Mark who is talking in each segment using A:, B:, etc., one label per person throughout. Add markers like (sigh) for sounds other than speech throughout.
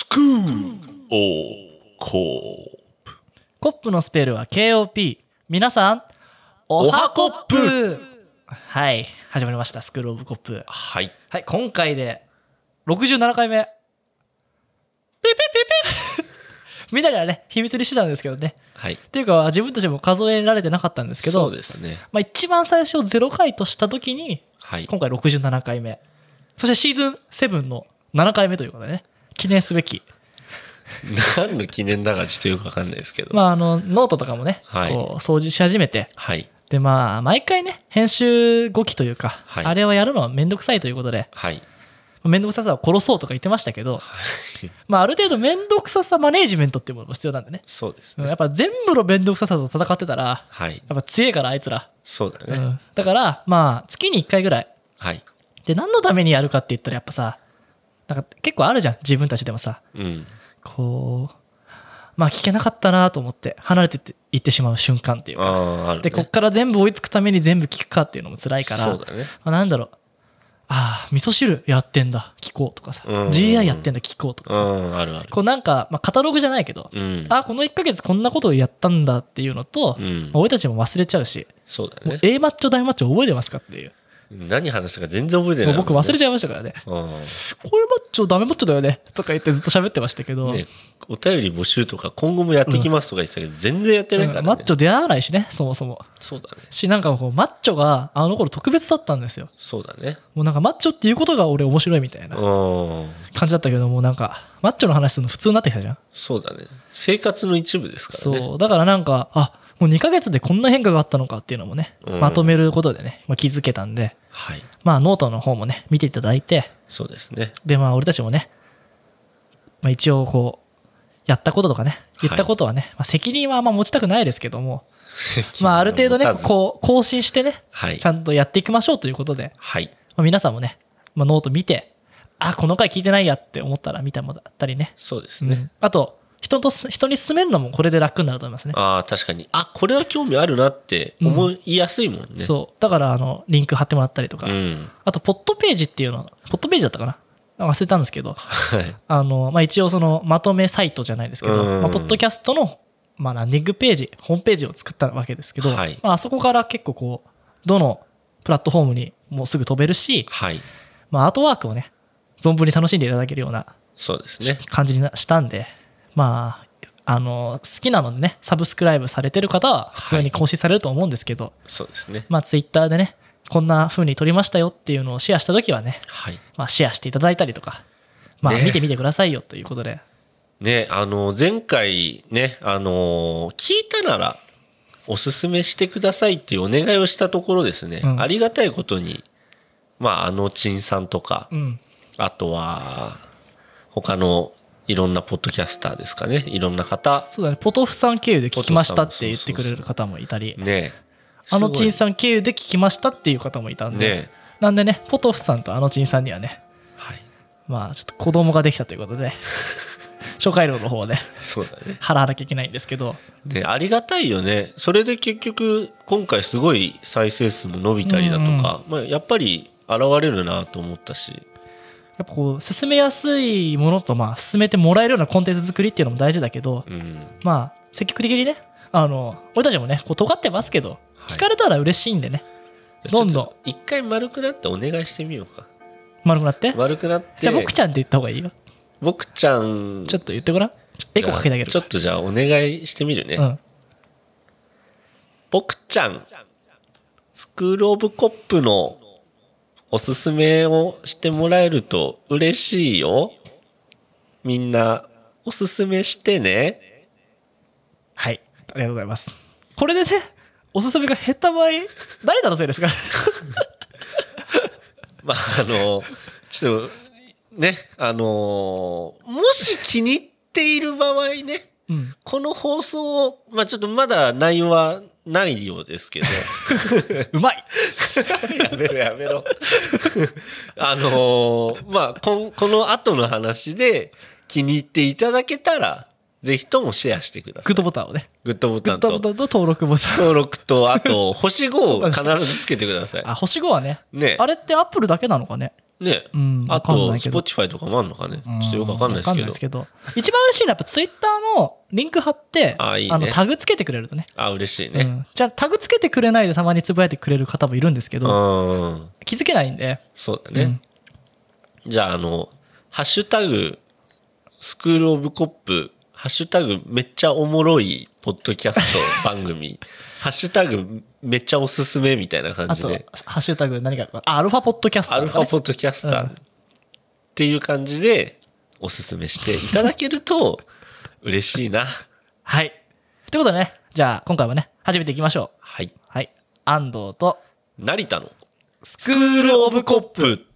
A: おーこー
B: コップのスペルは KOP 皆さんお
A: はコップ
B: はい始まりましたスクールオブコップ
A: はい
B: はい今回で67回目ピピピピ (laughs) みんなにはね秘密にしてたんですけどね
A: はい
B: っていうか自分たちも数えられてなかったんですけ
A: そ
B: ど
A: うですね
B: まあ、一番最初0回とした時に
A: はい
B: 今回67回目そしてシーズン7の7回目ということでね記念すべき
A: 何の記念だかちょっとよくわかんないですけど、
B: まああのノートとかもね、
A: はい
B: こう掃除し始めて
A: はい
B: でまあ毎回ね編集後期というか、
A: はい
B: あれをやるのはめんどくさいということで (laughs)
A: はい
B: めんどくささを殺そうとか言ってましたけど、まあ、ある程度めんどくささマネージメントっていうものも必要なんでね
A: そうです
B: うん
A: ね
B: やっぱ全部のめんどくささと戦ってたら
A: はい
B: やっぱ強いからあいつら、
A: そうだ
B: う
A: ね、
B: ん、だからまあ月に1回ぐらい
A: はい
B: で何のためにやるかって言ったらやっぱさなんか結構あるじゃん自分たちでもさ
A: うん
B: こうまあ聞けなかったなと思って離れてって行ってしまう瞬間っていう
A: あ
B: か
A: ああるね
B: でこっから全部追いつくために全部聞くかっていうのも辛いから
A: そうだね
B: まあ、なんだろうああ味噌汁やってんだ聞こうとかさ
A: うん
B: GI やってんだ聞こうとか
A: う
B: さ
A: んあるある
B: こうなんか、まあ、カタログじゃないけど、
A: うん
B: ああこの1ヶ月こんなことをやったんだっていうのと、
A: うん
B: 俺たちも忘れちゃうし、
A: そうだ
B: もう
A: ね
B: A マッチョ大マッチョ覚えてますかっていう
A: 何話したか全然覚えてな
B: も
A: いう
B: 僕忘れ
A: ちゃ
B: ちゃいましたからね
A: うん
B: こういうマッチョダメマッチョだよねとか言ってずっと喋ってましたけど、
A: ね、お便り募集とか今後もやってきますとか言ってたけど、全然やってないから、
B: うん
A: ね
B: マッチョ出会わないしねそもそも
A: そうだね
B: しなんかこうマッチョがあの頃特別だったんですよ
A: そうだね
B: もうなんかマッチョっていうことが俺面白いみたいな
A: うん
B: 感じだったけどもうなんかマッチョの話するの普通になってきたじゃん
A: そうだね生活の一部ですからね
B: そうだからなんかあもう2ヶ月でこんな変化があったのかっていうのもね、
A: うん
B: まとめることでね、まあ、気づけたんで
A: はい
B: まあノートの方もね見ていただいて
A: そうですね
B: でまあ俺たちもね、まあ、一応こうやったこととかね言ったことはね、まあ、責任はあんま持ちたくないですけども、 (laughs) まあ、ある程度ね
A: 持たず
B: こう更新してね
A: はい
B: ちゃんとやっていきましょうということで、
A: はい
B: まあ、皆さんもね、まあ、ノート見てあこの回聞いてないやって思ったら見たもだったりね、
A: そうです
B: う
A: ね、
B: んあと人とす人に勧めるのもこれで楽になると思いますね
A: ああ確かにあこれは興味あるなって思いやすいもんね、う
B: そうだからあのリンク貼ってもらったりとか、
A: ん
B: あとポッドページっていうのポッドページだったかな忘れたんですけど
A: はい
B: あの、まあ、一応そのまとめサイトじゃないですけど、
A: うん
B: まあ、ポッドキャストの、まあ、ランディングページホームページを作ったわけですけど、
A: はい
B: まああそこから結構こうどのプラットフォームにもうすぐ飛べるし、
A: はい
B: まあ、アートワークをね存分に楽しんでいただけるような
A: そうですね
B: 感じになしたんで、まああの好きなのでねサブスクライブされてる方は普通に更新されると思うんですけど、
A: そうですね
B: まあ、ツイッターでね、こんな風に撮りましたよっていうのをシェアしたときはね、
A: はい
B: まあ、シェアしていただいたりとか、まあ、
A: ね
B: 見てみてくださいよということで、
A: ねあの前回ねあの聞いたならおすすめしてくださいっていうお願いをしたところですね、
B: うん
A: ありがたいことにまああのちんさんとか、
B: うん、
A: あとは他のいろんなポッドキャスターですかねいろんな方
B: そうだね、ポトフさん経由で聞きましたって言ってくれる方もいたり、
A: ね
B: あのちん
A: ん
B: さん経由で聞きましたっていう方もいたんで、
A: ね
B: なんでね、ポトフさんとあのちんさんにはね、
A: はい
B: まあ、ちょっと子供ができたということ
A: (laughs)
B: で、紹介料の方をね、
A: そうだね
B: 払わなきゃいけないんですけど、
A: ね、ありがたいよね。それで結局、今回すごい再生数も伸びたりだとか、まあ、やっぱり現れるなと思ったし、
B: やっぱこう、進めやすいものと、まあ、進めてもらえるようなコンテンツ作りっていうのも大事だけど、
A: うん。
B: まあ積極的にねあの俺たちもねこう尖ってますけど、
A: はい
B: 聞かれたら嬉しいんでねどんどん
A: ちょっと一回丸くなってお願いしてみようか。
B: 丸くなって
A: 丸くなって、
B: じゃあ僕ちゃんって言った方がいいよ
A: 僕ちゃん、
B: ちょっと言ってごらんエコかけてあげる
A: ちょっとじゃあお願いしてみるね。
B: うん
A: 僕ちゃん、スクールオブコップのおすすめをしてもらえると嬉しいよ。みんな、おすすめしてね。
B: はいありがとうございますこれでねおすすめが減った場合誰だのせいです
A: (laughs)
B: か
A: まあ、あの、ちょっと、ね、あの、もし気に入っている場合ね、
B: うん
A: この放送を、まあちょっとまだ内容はないようですけど、
B: うまい
A: やめろやめろ。 (laughs) あの、まあこん、この後の話で気に入っていただけたら、ぜひともシェアしてくださ
B: グ
A: い
B: ッ。ドボタンをね
A: グッドボ
B: グ
A: タ
B: ッ
A: ンと
B: ドボタンと登録ボタン
A: 登録と、あと、星5を必ずつけてください。
B: あ星5はね
A: ね。
B: あれってアップルだけなのかね
A: ね、
B: うん
A: あ
B: わかん
A: と
B: ないけど
A: Spotify とかもあるのかね、
B: うん
A: ちょっとよくわかんないですけど
B: わかんないですけど一番嬉しいのはやっぱツイッターのリンク貼って
A: あいいね
B: のタグつけてくれるとね
A: あ嬉しいうね
B: ん、じゃあタグつけてくれないでたまにつぶやいてくれる方もいるんですけ
A: う
B: ど、
A: ん、
B: 気づけないんで、
A: そうだね、じゃああの「ハッシュタグスクール・オブ・コップ」ハッシュタグめっちゃおもろいポッドキャスト番 (laughs) 組ハッシュタグめっちゃおすすめみたいな
B: うん
A: 感
B: あ
A: じ
B: と
A: で
B: ハッシュタグ何かあアルファポッドキャスト
A: ア
B: とか
A: ル
B: ね、
A: ファポッドキャスターっていう感じでおすすめしていただけると嬉しいな
B: はいということでねじゃあ今回はね始めていきましょう
A: はい
B: はい安藤と
A: 成田の
B: ス
A: スクール・オブ・コップ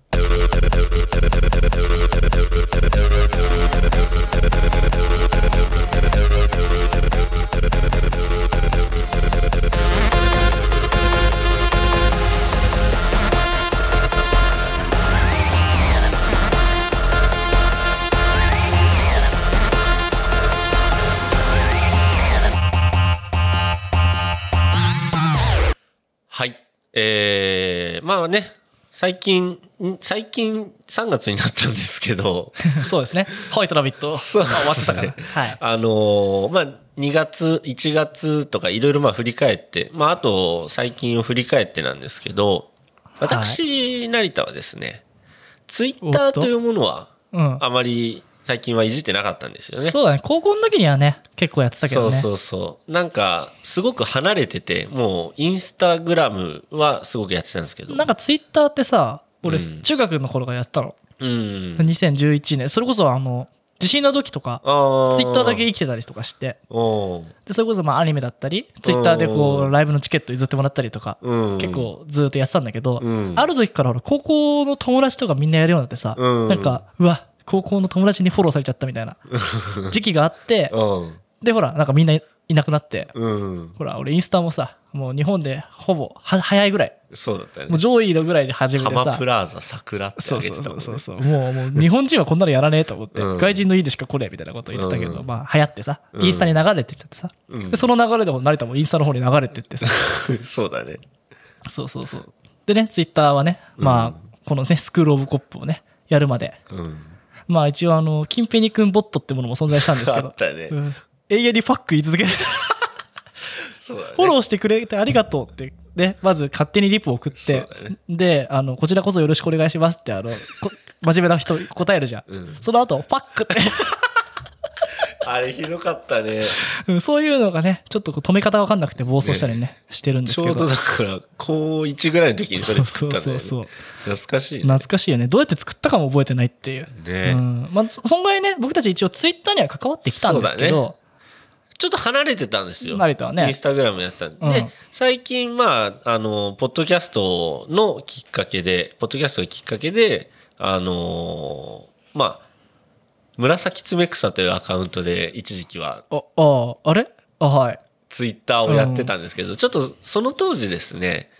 A: はい。えー、まあね、最近、ん最近3月になったんですけど、
B: そうですねホワイトラビット
A: そう
B: あ終わってたか
A: そう
B: ら
A: で
B: はい
A: あのーまあ2月、1月とかいろいろまあ振り返って、まああと最近を振り返ってなんですけど、私、成田はですね、ツイッター
B: おっと
A: というものは
B: うん
A: あまり最近はいじってなかったんですよね。
B: そうだね高校の時にはね結構やってたけど
A: そう
B: ね
A: そうそう。なんか、すごく離れてて、もう、インスタグラムはすごくやってたんですけど。
B: なんかツイッターってさ俺、
A: うん
B: 中学の頃からやってたの
A: うん。
B: 2011年それこそあの地震の時とか
A: あ
B: ツイッターだけ
A: い
B: 生きてたりとかして
A: お
B: でそれこそまあアニメだったりツイッターでこ
A: うん
B: うライブのチケット譲ってもらったりとか、
A: うん
B: 結構ずっとやってたんだけど、
A: うん
B: ある時からほら高校の友達とかみんなやるようになってさ、
A: うん
B: なんかうわ高校の友達にフォローされちゃったみたいな時期があっ
A: (laughs)
B: て
A: うん
B: でほらなんかみんないなくなって
A: うん
B: ほら俺インスタもさもう日本でほぼは早いぐらい
A: そうだったよ
B: もう
A: ね
B: 上位のぐらいで始めて
A: 鎌
B: さ
A: プラザ桜って
B: そ
A: あ
B: う
A: げ
B: そ
A: て
B: う
A: たも
B: そ
A: んね
B: うそうそうもうもう日本人はこんなのやらねえと思って、
A: うん
B: 外人の家でしか来ねえみたいなこと言ってたけど、
A: うん
B: まあ流行ってさ
A: うん
B: インスタに流れてっちゃってさ、
A: うん
B: でその流れでも成田もインスタの方に流れ
A: (laughs)
B: てってさ
A: そうだね
B: そうそうそうでねツイッターはねまあ、このねスクール・オブ・コップをねやるまで
A: うん
B: まあ一応あのキンペニ君ボットってものも存在したんですけ
A: (laughs) あ
B: ど
A: ったね
B: うん永遠にファック言い
A: (laughs)
B: 続ける
A: そうだね
B: フォローしてくれてありがとうってねまず勝手にリプを送っ
A: そう
B: て、
A: だね
B: であのこちらこそよろしくお願いしますってあのこ真面目な人答えるじゃん
A: うん
B: その後ファッ
A: (laughs)
B: クって
A: あれひどかったね
B: うんそういうのがね、ちょっとこう止め方わかんなくて暴走したりね、してるんです
A: ち
B: け
A: ょ
B: ど。
A: うどだから高1ぐらいの時にそれ作ったんだよね
B: そうそうそうそう
A: 懐かしいね
B: 懐かしいよね。どうやって作ったかも覚えてないっていう。
A: ね
B: うん。まあ、そそんぐらいね、僕たち一応ツイッターには関わってきたんですけど、
A: ちょっと離れてたんですよ
B: 成田はね
A: インスタグラムやってたんで,、
B: うん
A: で最近まああのポッドキャストのきっかけでポッドキャストがきっかけであのーまあ紫爪草というアカウントで一時期は
B: あ、あ、あれあ、はい。
A: ツイッターをやってたんですけど、ちょっとその当時ですね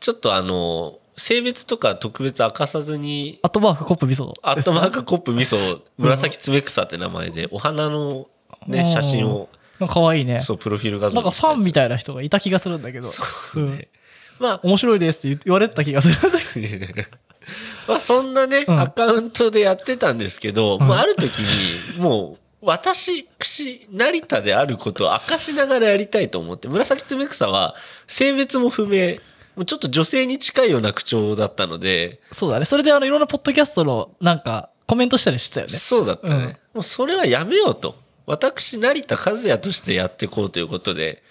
A: ちょっとあの性別とか特別明かさずに
B: アットマークコップビソ。
A: アットマークコップ味噌紫爪草って名前でお花の、
B: うん
A: ね、写真を
B: なんか可愛いね。
A: そうプロフィール画像
B: なんかファンみ
A: い
B: たいな人がいた気がするんだけど。
A: そうね、
B: ん
A: まあ
B: 面白いですって言言われてた気がする。
A: (laughs) まあそんなね、
B: うん
A: アカウントでやってたんですけど、
B: ん
A: まあある時に、もう、私、私、成田であることを明かしながらやりたいと思って、紫爪草は性別も不明、もうちょっと女性に近いような口調だったので、
B: そうだね。それであの、いろんなポッドキャストのなんかコメントしたりしてたよね。
A: そうだったね。
B: うん
A: もうそれはやめようと。私、成田和也としてやっていこうということで、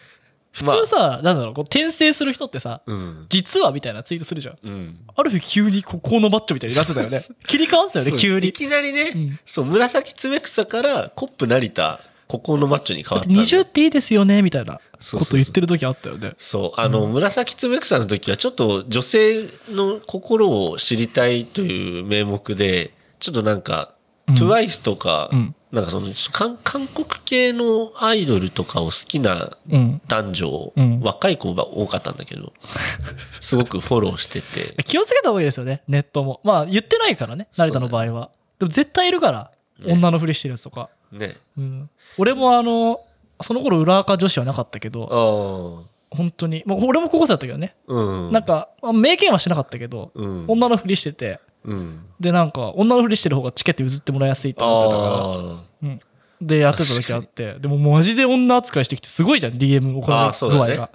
B: 普通さ、なんだろう、こう転生する人ってさ、
A: うん。
B: 実はみたいなツイートするじゃん。
A: うん。
B: ある日急にこうこうのマッチョみたいになってたよね
A: (laughs) そ。
B: 切り替わってたよね、
A: そう
B: 急
A: い
B: に。
A: きなりね、
B: うん
A: そう、紫爪草からコップ成田、ここのマッチョに変わったんだよ。
B: 20っていいですよね、みたいな
A: そうそう
B: こと
A: そう
B: 言ってる時あったよね。
A: そう、あの、紫つべくさの時は、ちょっと女性の心を知りたいという名目で、ちょっとなんか、
B: うん
A: TWICE とか、
B: うん
A: なんかその、韓韓国系のアイドルとかを好きな
B: うん。
A: 男女、
B: うん
A: 若い子が多かったんだけど、すごくフォローして
B: (laughs)
A: て、
B: 気をつけた方がいいですよね、ネットも。まあ言ってないからね、
A: そうだ
B: 成
A: ね
B: 田の場合は。でも絶対いるから、
A: ね
B: 女のふりしてるやつとか。
A: ね。
B: うん俺もあの、その頃裏垢女子はなかったけ
A: あ
B: ど、
A: あ、
B: 本当に、まあ、俺も高校生だったけどね、
A: うん。
B: なんか、まあ、名言はしなかったけど、
A: うん、
B: 女のふりしてて、
A: うん。
B: でなんか女のふりしてる方がチケット譲ってもらいやすいと思ってたから
A: あ
B: でやってた時あってでもマジで女扱いしてきてすごいじゃん DM 怒ら
A: あ
B: れ
A: ーそ
B: 具
A: うだね
B: 合が、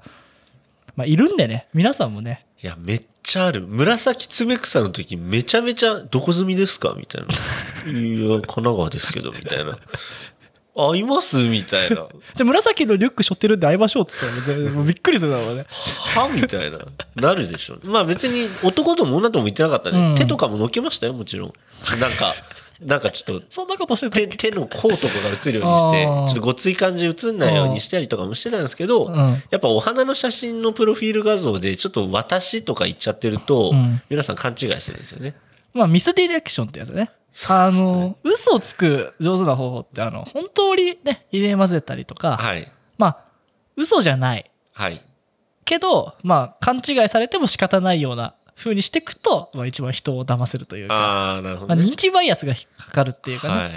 B: まあいるんでね皆さんもね
A: ーいや、めっちゃある。紫爪草の時、めちゃめちゃ、どこ住みですかみたいな。いや、神奈川ですけど、みたいな。あ、いますみたいな。
B: じゃあ紫のリュック背負ってるんで会いましょうっつったらもう全然もうびっくりするだ
A: (laughs)
B: ろうね
A: はみたいな。なるでしょ。まあ別に男とも女とも言ってなかったね。
B: うん
A: 手とかものっけましたよ、もちろん。なんか、なんかちょっと。
B: そんなことしてた
A: 手手の甲とかが映るようにしてち
B: あ
A: ょ
B: ー
A: っとごつい感じ映んないようにしたりとかもしてたんですけど、
B: うん
A: やっぱお花の写真のプロフィール画像でちょっと私とか言っちゃってると、
B: うん
A: 皆さん勘違いするんですよね。
B: まあミスディレクションってやつね
A: そう
B: あの嘘をつく上手な方法ってあの本当にね入れ混ぜたりとか、
A: はい。
B: まあ嘘じゃない
A: はい。
B: けどまあ勘違いされても仕方ないような風にしていくと、まあ、一番人を騙せるというか、
A: ああ、なるほ
B: ま
A: ど、
B: あ、
A: ね。
B: 認知バイアスが引っかかるっていうかね、
A: はい。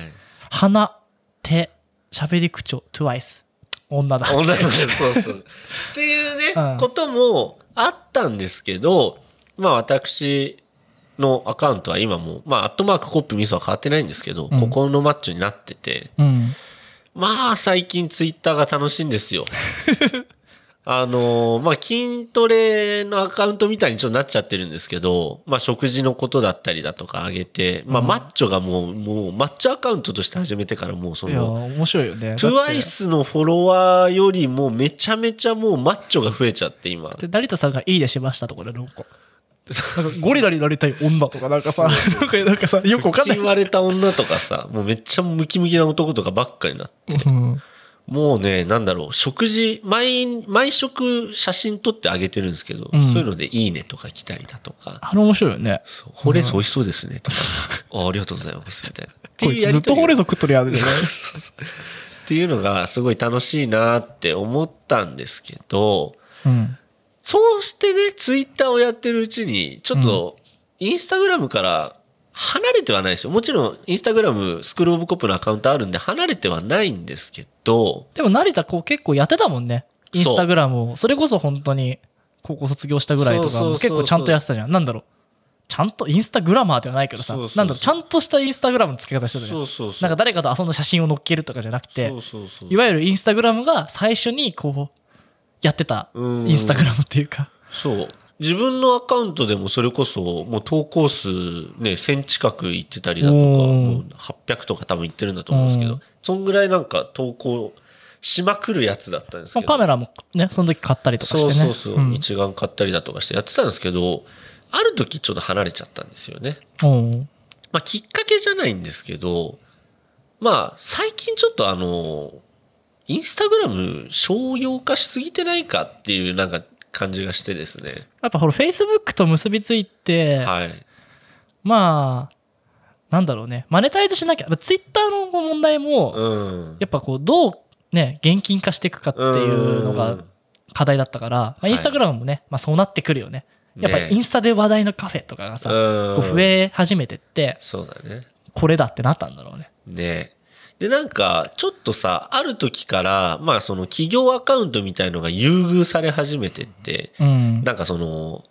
B: 鼻手喋り口調 TWICE 女だ
A: 女の子そうそう。っていうね、
B: うん
A: こともあったんですけど、まあ私のアカウントは今もう、まあアットマークコップミスは変わってないんですけど、
B: うん
A: ここのマッチョになってて、
B: うん
A: まあ最近ツイッターが楽しいんです
B: (laughs)
A: よ。あのーまあ筋トレのアカウントみたいにちょっとなっちゃってるんですけど、まあ食事のことだったりだとかあげて、まあ
B: うん
A: マッチョがもう、もうマッチョアカウントとして始めてからもうそ
B: いや
A: の、
B: 面白いよね
A: トゥワイスのフォロワーよりもめちゃめちゃもうマッチョが増えちゃって (laughs) 今。
B: で成田さんが「いいでしました」とかねなんかなんかゴリラになりたい女とかなんかさなんかなんかさよくわかん
A: 口
B: ない、
A: 割れた女とかさ、もうめっちゃムキムキな男とかばっかになって。
B: うん
A: もうね、なんだろう、食事、毎、毎食写真撮ってあげてるんですけど、
B: うん
A: そういうのでいいねとか来たりだとか、
B: あれ面白いよね
A: そう、ほうれん草美味しそうですねと (laughs) か、あありがとうございますみたいな。って
B: こ
A: いう
B: いつ
A: や
B: ず
A: り
B: っ
A: と
B: と
A: り
B: ほう
A: が
B: れん草食っとるやん
A: (laughs)
B: ね
A: っていうのがすごい楽しいなって思ったんですけど、
B: うん
A: そうしてね、ツイッターをやってるうちに、ちょっと、インスタグラムから離れてはないですよ。もちろん、インスタグラム、スクールオブコップのアカウントあるんで、離れてはないんですけど、
B: でも成田こう結構やってたもんねインスタグラムをそれこそ本当に高校卒業したぐらい
A: そ
B: と
A: う
B: か
A: そうそう
B: も結構ちゃんとやってたじゃんなんだろうちゃんとインスタグラマーではないけどさ
A: そうそうそう
B: なんだろうちゃんとしたインスタグラムの付け方してたじゃん
A: そうそうそう。
B: なんか誰かと遊んだ写真を載っけるとかじゃなくて
A: そうそうそう。
B: いわゆるインスタグラムが最初にこうやってた
A: うん
B: インスタグラムっていうか
A: そう。自分のアカウントでもそれこそ、もう投稿数ね、1000近くいってたりだとか、
B: おー
A: もう800とか多分いってるんだと思うんですけ
B: う
A: ど
B: ん、
A: そんぐらいなんか投稿しまくるやつだったんですけ
B: まあ
A: ど。
B: カメラもねその時買ったりとかして
A: そうそう
B: ね
A: そう、
B: うん
A: 一眼買ったりだとかしてやってたんですけどある時ちょっと離れちゃったんですよね、
B: うん
A: まあ、きっかけじゃないんですけどまあ最近ちょっとあのインスタグラム商業化しすぎてないかっていうなんか感じがしてですね
B: やっぱほらフェイスブックと結びついて
A: はい
B: まあなんだろうねマネタイズしなきゃツイッターの問題も、
A: うん
B: やっぱこうどうね現金化していくかっていうの
A: う
B: が
A: ん
B: 課題だったから、まあ、
A: い
B: インスタグラムもね、まあ、そうなってくるよねやっぱりイン
A: ス
B: スタで話題のカフェとかがさ、こう増
A: え
B: え始めてって
A: そうだね
B: これだってなったんだろうね
A: ねで、なんか、ちょっとさ、ある時から、まあ、その企業アカウントみたいのが優遇され始めてって、
B: うん
A: なんかその、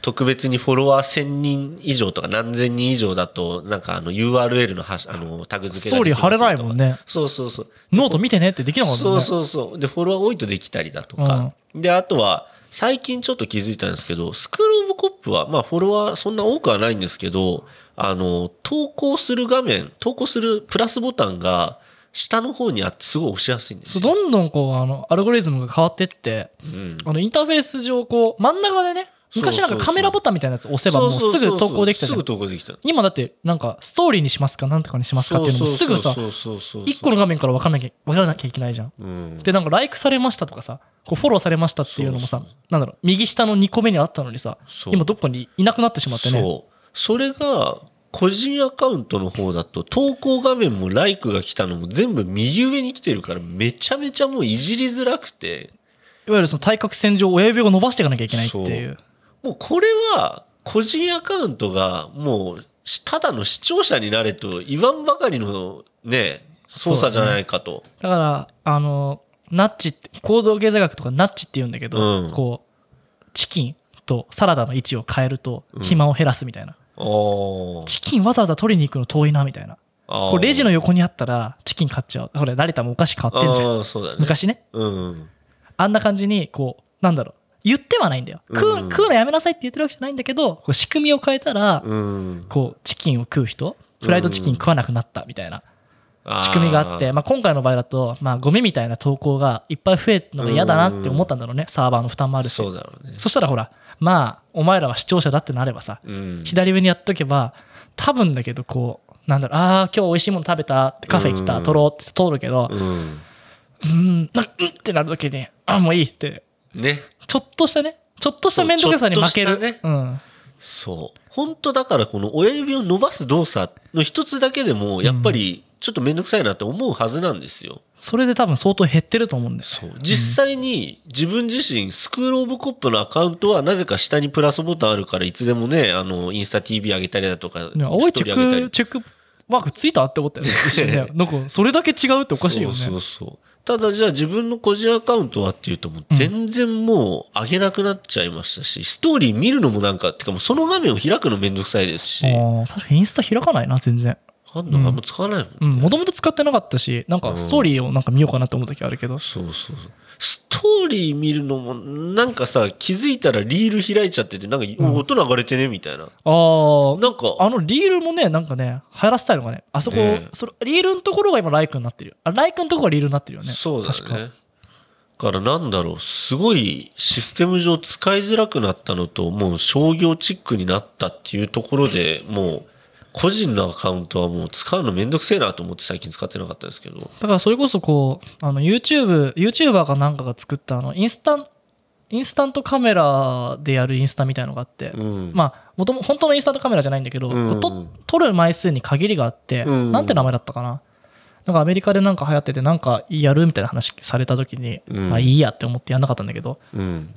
A: 特別にフォロワー1000人以上とか何千人以上だと、なんかあの URL のはしあのタグ付け
B: ス
A: が
B: トーリー貼れないもん
A: ね。
B: ね
A: そうそうそう。
B: ノート見てねってできなかった
A: そ
B: もん
A: う
B: ね
A: そうそう。で、フォロワー多いとできたりだとか。で、あとは、最近ちょっと気づいたんですけど、スクールオブコップは、まあフォロワーそんな多くはないんですけど、あの、投稿する画面、投稿するプラスボタンが下の方にあってすごい押しやすいんです
B: そう
A: よ。
B: どんどんこうあのアルゴリズムが変わってって
A: うん
B: あのインターフェース上こう真ん中でね昔なんかカメラボタンみたいなやつ押せばもうすぐ投稿できたじ
A: す
B: ゃ
A: ぐ
B: ん
A: 投稿できた。
B: 今だってなんかストーリーにしますかなんとかにしますかっていうのもすぐ
A: そ
B: さ
A: うそうそうそうそう
B: 1個の画面から分からなきゃ分からなきゃいけないじゃん
A: うん
B: でなんか「ライクされました」とかさこうフォローされましたっていうのも
A: そ
B: さ
A: うそ
B: なんだろう右下の2個目にあったのにさ
A: そう
B: 今どっかにいなくなってしまってね
A: そうそれが個人アカウントの方だと投稿画面もライクが来たのも全部右上に来てるからめちゃめちゃもういじりづらくて
B: いわゆるその対角線上親指を伸ばしていかなきゃいけないっていう
A: もうこれは個人アカウントがもうしただの視聴者になれと言わんばかりのね操作じゃないかと
B: だからあのナッチって行動経済学とかナッチって言うんだけど、
A: うん
B: こうチキンとサラダの位置を変えると
A: うん
B: 肥満を減らすみたいな、
A: おー
B: チキンわざわざ取りに行くの遠いなみたいな
A: あー。
B: こうレジの横にあったらチキン買っちゃうほら誰たもお菓子買ってんじゃん
A: ああ、そうだね。。
B: 昔ね
A: うん。
B: あんな感じにこうなんだろう言ってはないんだよ食う
A: うん
B: 食うのやめなさいって言ってるわけじゃないんだけどこう仕組みを変えたら
A: うん。
B: こうチキンを食う人フライドチキン食わなくなったみたいな
A: あー
B: 仕組みがあって、まあ、今回の場合だと、まあ、ゴミみたいな投稿がいっぱい増えるのが嫌だなって思ったんだろうねサーバーの負担もあるし
A: そうだろうね。
B: そしたらほらまあお前らは視聴者だってなればさ
A: うん。
B: 左上にやっとけば多分だけどこうなんだろうああ今日美味しいもの食べたカフェ来
A: う
B: た
A: ん
B: 撮ろうって通るけど
A: うん。
B: うんなんかうんってなるときにああもういいって
A: ね。
B: ちょっとしたねちょっとした面倒くさに負け
A: そ
B: る
A: うちょっとし
B: うん
A: そう。本当だからこの親指を伸ばす動作の一つだけでも、やっぱりちょっとめんどくさいなって思うはずなんですよ。
B: それで多分相当減ってると思うんです
A: そう。実際に自分自身、スクールオブコップのアカウントはなぜか下にプラスボタンあるから、いつでもね、あの、インスタ TV 上げたりだとか、
B: ね青いチェ
A: ストーリー上げた
B: ッ
A: り
B: クチェックマークついたって思ったよね一瞬
A: (laughs)
B: ねなんかそれだけ違うっておかしいよね
A: そうそうそう。ただじゃあ自分の個人アカウントはっていうともう全然もう上げなくなっちゃいましたし、ストーリー見るのもなんか、てかもうその画面を開くのめんどくさいですし、ハ
B: ああ確かにインスタ開かないな全然
A: ンドルあんま使わないもんね。
B: もともと使ってなかったしなんかストーリーをなんか見ようかなと思う時あるけど、
A: そうそうそう。ストーリー見るのもなんかさ、気づいたらリール開いちゃってて、なんか
B: ん
A: 音流れてねみたいな。
B: あ
A: なんか、
B: ああのリールもねなんかね流行らせたいのがねあそこ、
A: ねえ
B: それリールのところが今ライクになってるよあライクのところがリールになってるよね
A: そうだ
B: 確か
A: ね。だからなんだろう、すごいシステム上使いづらくなったのと、もう商業チックになったっていうところでもう、個人のアカウントはもう使うのめんどくせえなと思って最近使ってなかったですけど。
B: だからそれこそこうあの YouTube YouTuber かなんかが作ったあのインスタンインスタントカメラでやるインスタみたいのがあって、
A: うん。
B: まあもとも本当のインスタントカメラじゃないんだけど、
A: うんうん
B: こうと撮る枚数に限りがあって、
A: うんうん
B: なんて名前だったかななんかアメリカでなんか流行っててなんかやるみたいな話された時に、
A: うん
B: まあいいやって思ってやんなかったんだけど
A: うん。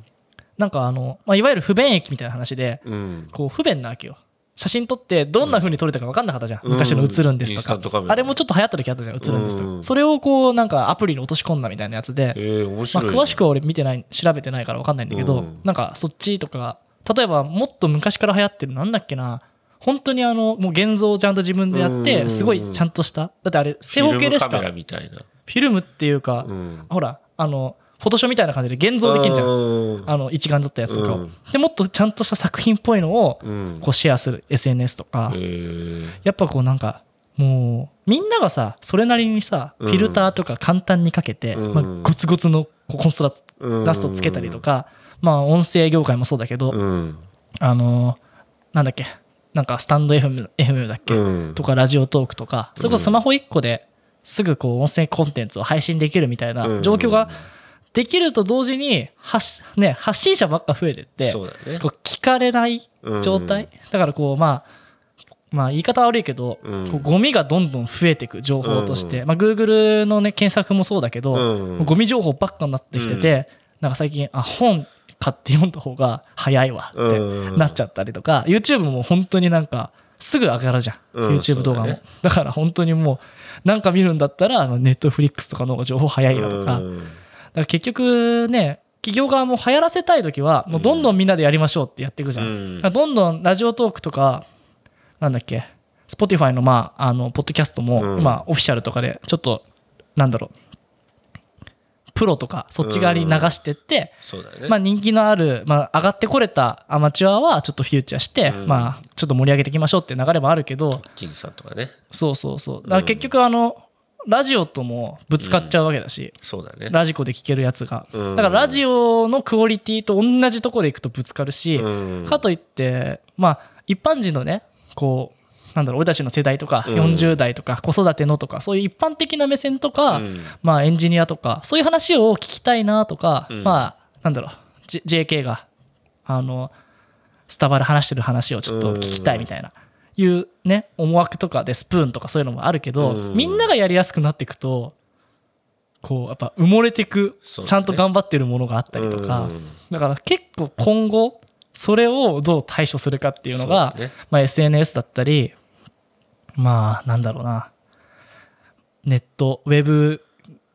B: なんかあの、まあ、いわゆる不便益みたいな話で
A: うん。
B: こう不便なわけよ写真撮ってどんな風に撮れたか分かんなかったじゃん、
A: うん
B: 昔の映るんです
A: イン
B: と
A: スタ
B: か
A: ントカメラ
B: あれもちょっと流行った時あったじゃん映るんですとか
A: うん
B: それをこうなんかアプリに落とし込んだみたいなやつで、
A: えー、面
B: ま
A: 白
B: あ、
A: いね、
B: 詳しくは俺見てない調べてないから分かんないんだけど、
A: うん
B: なんかそっちとかが例えばもっと昔から流行ってるなんだっけな本当にあのもう現像をちゃんと自分でやっ
A: う
B: て
A: ん
B: すごいちゃんとしただってあれ正方形でし
A: フィルムカ
B: か
A: メラ
B: フ
A: みたいな。
B: ィルムっていうか、
A: うん。
B: ほらあのフォトショーみたいな感じで現像できんじゃん
A: ん
B: あの一眼だったやつとかを、
A: うん
B: でもっとちゃんとした作品っぽいのを
A: うん。
B: こうシェアする SNS とか、
A: えー
B: やっぱこうなんかもうみんながさそれなりにさ
A: う
B: フ
A: ん
B: ィルターとか簡単にかけて、
A: うん
B: まあ、ゴツゴツのこうコンストラ
A: うん
B: ラストつけたりとか、まあ音声業界もそうだけど、
A: うん。
B: あのーなんだっけなんかスタンド FM, FM だっけ、
A: うん
B: とかラジオトークとかそれこそスマホ1個ですぐこう音声コンテンツを配信できるみたいな状況ができると同時に発,、ね、発信者ばっか増えてって
A: そうだね
B: こ。う聞かれない状態、だからこうまあまあ言い方は悪いけど、
A: うん
B: こうゴミがどんどん増えていく情報として、
A: う
B: まあ、Google の、ね、検索もそうだけど、
A: うん
B: ゴミ情報ばっかになってきてて、
A: う
B: なんか最近あ本買って読んだ方が早いわっ
A: うん
B: てなっちゃったりとか、YouTube も本当になんかすぐ上がるじゃん、
A: うん
B: YouTube 動画も
A: そう
B: だ,、
A: だね
B: から本当にもうなんか見るんだったらあの Netflix とかの方が情報早いわとか,、
A: う
B: だか
A: ん
B: ら結局ね企業側も流行らせたい時はもうどんどんみんなでやりましょうってやっていくじゃん、
A: うん
B: だからどんどんラジオトークとかなんだっけ Spotify の,、まあ、あのポッドキャストも、
A: うん
B: まあ、オフィシャルとかでちょっとなんだろうプロとかそっち側に流してって、
A: そうだね。
B: まあ、人気のある、まあ、上がってこれたアマチュアはちょっとフューチャーして、
A: うん
B: まあ、ちょっと盛り上げていきましょうっていう流れもあるけど
A: 金さんとかね。
B: そうそうそうだから結局あの、ラジオともぶつかっちゃうわけだし、
A: そうだね。
B: ラジコで聞けるやつが、
A: うん
B: だからラジオのクオリティと同じとこでいくとぶつかるし、
A: うん
B: かといってまあ一般人のねこうなんだろう俺たちの世代とか
A: うん
B: 40代とか子育てのとかそういう一般的な目線とか、
A: うん
B: まあエンジニアとかそういう話を聞きたいなとか、
A: うん
B: まあなんだろう、J- JK があのスタバで話してる話をちょっと聞きたいみたいな。いうね思惑とかでスプーンとかそういうのもあるけど、
A: うん
B: みんながやりやすくなっていくとこうやっぱ埋もれてく、
A: そうだね
B: ちゃんと頑張ってるものがあったりとか、
A: うん
B: だから結構今後それをどう対処するかっていうのが
A: そうだね
B: まあ、SNS だったりまあなんだろうなネットウェブ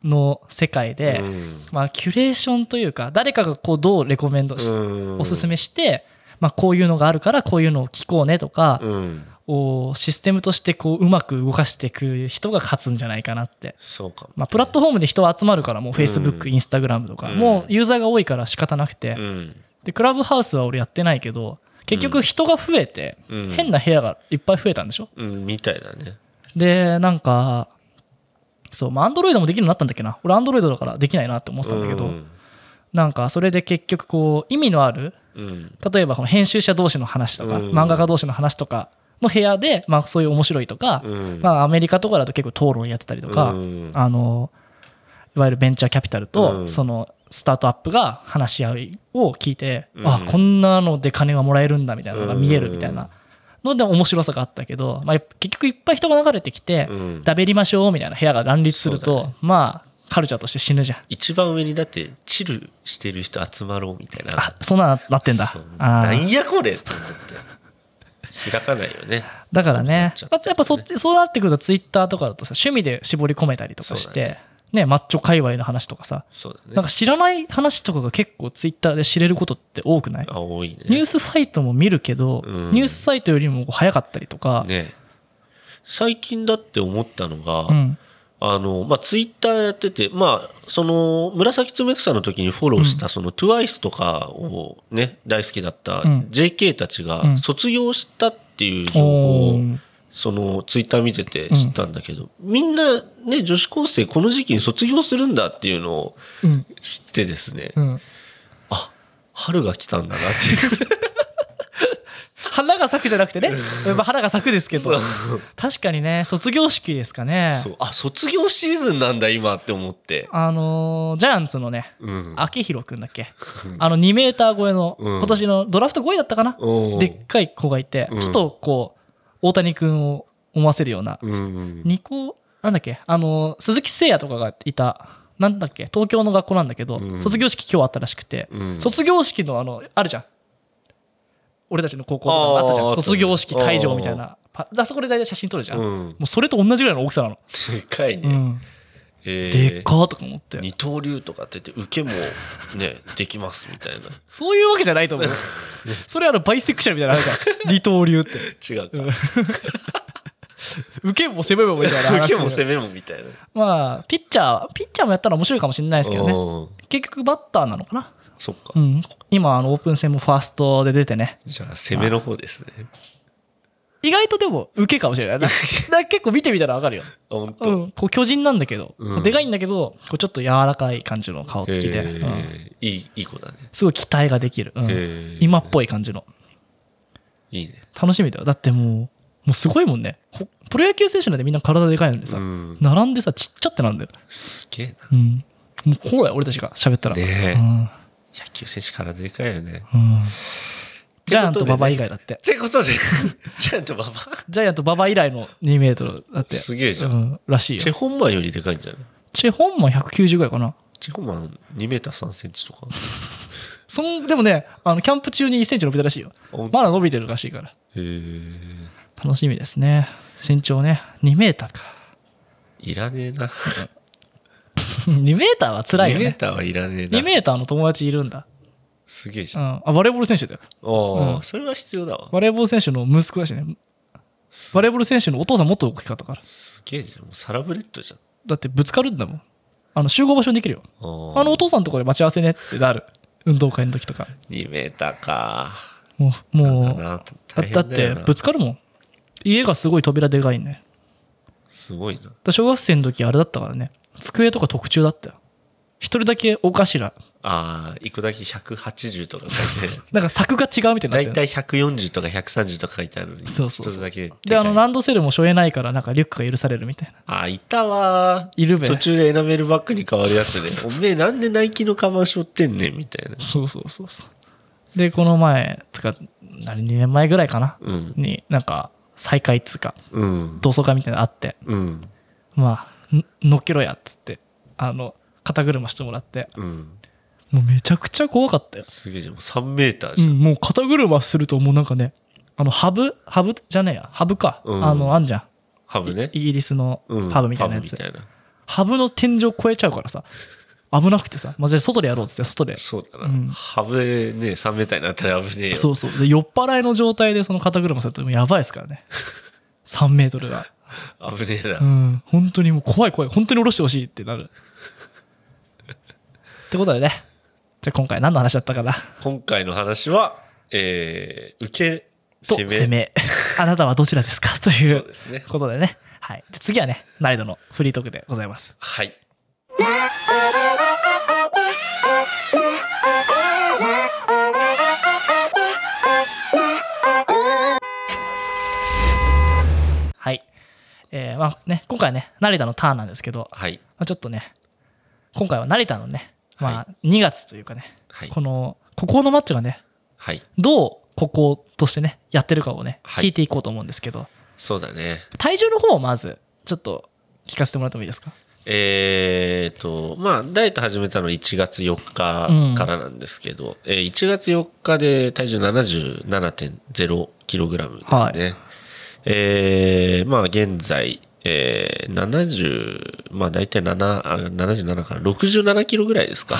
B: の世界で、
A: うん
B: まあキュレーションというか誰かがこうどうレコメンドし、
A: うん
B: おすすめして、まあ、こういうのがあるからこういうのを聞こうねとか
A: うん
B: をシステムとしてこううまく動かしていく人が勝つんじゃないかなって。
A: そうかも
B: まあ、プラットフォームで人は集まるからもう Facebook、Instagram とか
A: うん
B: もうユーザーが多いから仕方なくて
A: うん
B: でクラブハウスは俺やってないけど結局人が増えて
A: うん
B: 変な部屋がいっぱい増えたんでしょ
A: うんみたいだね
B: でなんかそうまあアンドロイドもできるようになったんだっけな俺アンドロイドだからできないなって思ってたんだけど、
A: うん
B: なんかそれで結局こう意味のある
A: うん
B: 例えばこの編集者同士の話とか、
A: うん
B: 漫画家同士の話とかの部屋で、まあ、そういう面白いとか、
A: うん
B: まあ、アメリカとかだと結構討論やってたりとか、
A: うん
B: あのいわゆるベンチャーキャピタルと、
A: うん
B: そのスタートアップが話し合いを聞いて、
A: うん
B: あこんなので金がもらえるんだみたいなのが見えるみたいなので面白さがあったけど、まあ、結局いっぱい人が流れてきて、
A: うん
B: だべりましょうみたいな部屋が乱立する
A: そう
B: と、
A: だ
B: まあカルチャーとして死ぬじゃん。
A: 一番上にだってチルしてる人集まろうみたいな
B: あそんなのなってんだ
A: そう
B: あー
A: なんやこれと思って開かないよね
B: だからね
A: そうなっちゃっ
B: まあやっぱそっちそうなってくるとツイッターとかだとさ趣味で絞り込めたりとかし
A: そう
B: て
A: だ
B: ねマッチョ界隈の話とかさ
A: そうだね
B: なんか知らない話とかが結構ツイッターで知れることって多くない
A: あ多いね
B: ニュースサイトも見るけど、
A: うん
B: ニュースサイトよりも早かったりとか、
A: ね最近だって思ったのが、
B: うん、
A: あの、まあ、ツイッターやってて、まあ、その、紫つめくさの時にフォローした、その、TWICE とかをね、大好きだった
B: うん
A: JK たち
B: う
A: が
B: ん
A: 卒業したっていう情報
B: お
A: を、
B: ー
A: その、ツイッター見てて知ったんだけど、みんなね、女子高生この時期に卒業するんだっていうのを
B: うん
A: 知ってですね、
B: うん、
A: あ、春が来たんだなっていう。
B: 花が咲くじゃなくてね、まあ、花が咲くですけど
A: そう
B: 確かにね卒業式ですかね
A: そう、あ、卒業シーズンなんだ今って思って。
B: あのージャイアンツのね
A: うん。
B: 秋広くんだっけあの2メーター超えの、
A: うん
B: 今年のドラフト5位だったかな、
A: (laughs) おー
B: でっかい子がいて、
A: うん
B: ちょっとこう大谷君を思わせるような、
A: うん。
B: 二個なんだっけあの鈴木誠也とかがいたなんだっけ東京の学校なんだけど、
A: うん
B: 卒業式今日あったらしくて、
A: うん
B: 卒業式のあのあるじゃん俺たちの高校とかのあったじ
A: あー
B: ゃ
A: あ
B: ん
A: ったね
B: 卒業式会場みたいなパあそこで大体写真撮るじゃん、も
A: うん。
B: うそれと同じぐらいの大きさなの、
A: でかいね。
B: うん
A: えー
B: でっかーとか思って
A: 二刀流とかって言って受けもねできますみた
B: (laughs)
A: いな
B: そういうわけじゃないと思う (laughs) それあのバイセクシャルみたいなのある
A: (laughs)
B: じゃん二刀流って
A: 違うか、
B: 受けも攻めもみたいな話
A: 受けも攻めもみたいな
B: まあピッチャーピッチャーもやったら面白いかもしれないですけどね
A: うん
B: 結局バッターなのかな
A: そっか、
B: うん今あのオープン戦もファーストで出てね
A: じゃあ攻めの方ですね
B: 意外とでも受けかもしれない (laughs) なだから結構見てみたら分かるよ、
A: あ本当、
B: うん、こう巨人なんだけど、
A: うん
B: でかいんだけどこうちょっと柔らかい感じの顔つきで、
A: えー
B: うん
A: いいいい子だね、
B: すごい期待ができる、うん
A: えー
B: 今っぽい感じの
A: いいね
B: 楽しみだよだってもうもうすごいもんねほプロ野球選手なんてみんな体でかいのにさ、
A: うん
B: 並んでさちっちゃってなんだよ、
A: すげえな
B: うん、もうこうだよ俺たちが喋ったら、
A: ねえ
B: うん
A: 野球選手からでかいよね
B: うんジ
A: とでね
B: ャイアント馬場以外だって
A: ってことで (laughs) ちゃんとババア
B: ジャイアント馬場以来の2メートルだって
A: すげえじゃん
B: うんらしい
A: チェ
B: よ
A: ホンマンよりでかいんじゃない
B: チェホンマン190ぐらいかな
A: チェホンマン2メーター3センチとか
B: そんでもねあのキャンプ中に1センチ伸びたらしいよ
A: 本当
B: まだ伸びてるらしいから
A: へー
B: 楽しみですね身長ね2メーターか (laughs)
A: いらねえな
B: 2メーターは辛いよ
A: 2メー
B: ね
A: ターはいらねえな
B: 2メーターの友達いるんだ、
A: すげえじ
B: う
A: ゃ
B: ん、
A: ん、
B: あバレーボール選手だよ
A: ああ、
B: うん
A: それは必要だわ
B: バレーボール選手の息子だしね
A: す
B: バレーボール選手のお父さんもっと大きかったから
A: すげえじゃん。もうサラブレッドじゃん。
B: だってぶつかるんだもんあの集合場所にできるよ
A: あー
B: あのお父さんとこで待ち合わせねってなる運動会の時とか
A: 2メーターか。
B: もうもう
A: なんかな。
B: だ
A: 大変
B: だっ
A: だ
B: て
A: よな
B: ぶつかるもん家がすごい扉でかいね
A: すごいな。
B: だ小学生の時あれだったからね机とか特注だったよ一人だけお頭
A: ああ、行くだけ180とか書い (laughs) て、
B: なんか作が違うみたいにな
A: だ
B: って
A: い
B: る
A: たい140とか130とか書いてあるのに、
B: そうそうそう
A: 一つだけでかい。
B: であのランドセルも背負えないからなんかリュックが許されるみたいな
A: あー、いたわー。
B: いるべ
A: 途中でエナメルバッグに変わるやつで、
B: そうそう
A: おめえなんでナイキのカバン背負ってんねんみたいな。
B: そうそうそうそうでこの前つか何2年前ぐらいかな
A: うん。
B: になんか再会っつうか
A: うん。
B: 同窓会みたいなのあって
A: うん。
B: まあん乗っけろやっつってあの肩車してもらって
A: うん。
B: もうめちゃくちゃ怖かったよ
A: すげえじゃん。もう3メーター
B: う
A: じゃん。
B: ん、もう肩車するともうなんかねあのハブハブじゃねえやハブか、
A: うん
B: あのあんじゃ
A: ハブ
B: ん
A: ね
B: イ。ギリスの
A: うん。
B: ハブみたいなやつ、
A: ハブみたいな。
B: ハブの天井超えちゃうからさ危なくてさ、まあ、じゃあ外でやろうっつって外で
A: そうだな。
B: うん
A: ハブねえ、3メーターになったら危ねえよ。
B: そうそうで酔っ払いの状態でその肩車するともうやばいですからね (laughs) 3メートルが
A: 危ねえな。
B: うん本当にもう怖い怖い本当に下ろしてほしいってなるってことでねじゃあ今回何の話だったかな
A: 今回の話は、えー、受け、
B: と
A: 攻め。
B: 攻め (laughs) あなたはどちらですかと (laughs) い
A: そう
B: う
A: ですね。
B: ことでね、はい、で次はね難易度のフリートークでございます
A: はい。
B: はいえーまあね今回はね成田のターンなんですけど、
A: はい。
B: まあ、ちょっとね今回は成田のね、ま
A: は
B: あ、2月というかね、
A: はい。
B: このここのマッチがね
A: はい。
B: どうこことしてねやってるかをね
A: はい
B: 聞いていこうと思うんですけど、
A: そうだね。
B: 体重の方をまずちょっと聞かせてもらってもいいですか
A: えー、と、まあ、ダイエット始めたの1月4日からなんですけど、えー1月4日で体重 77.0kg ですね。
B: はい
A: えーまあ、現在、えー、70、まあ、大体7、あ77から67キロぐらいです
B: (laughs)
A: か。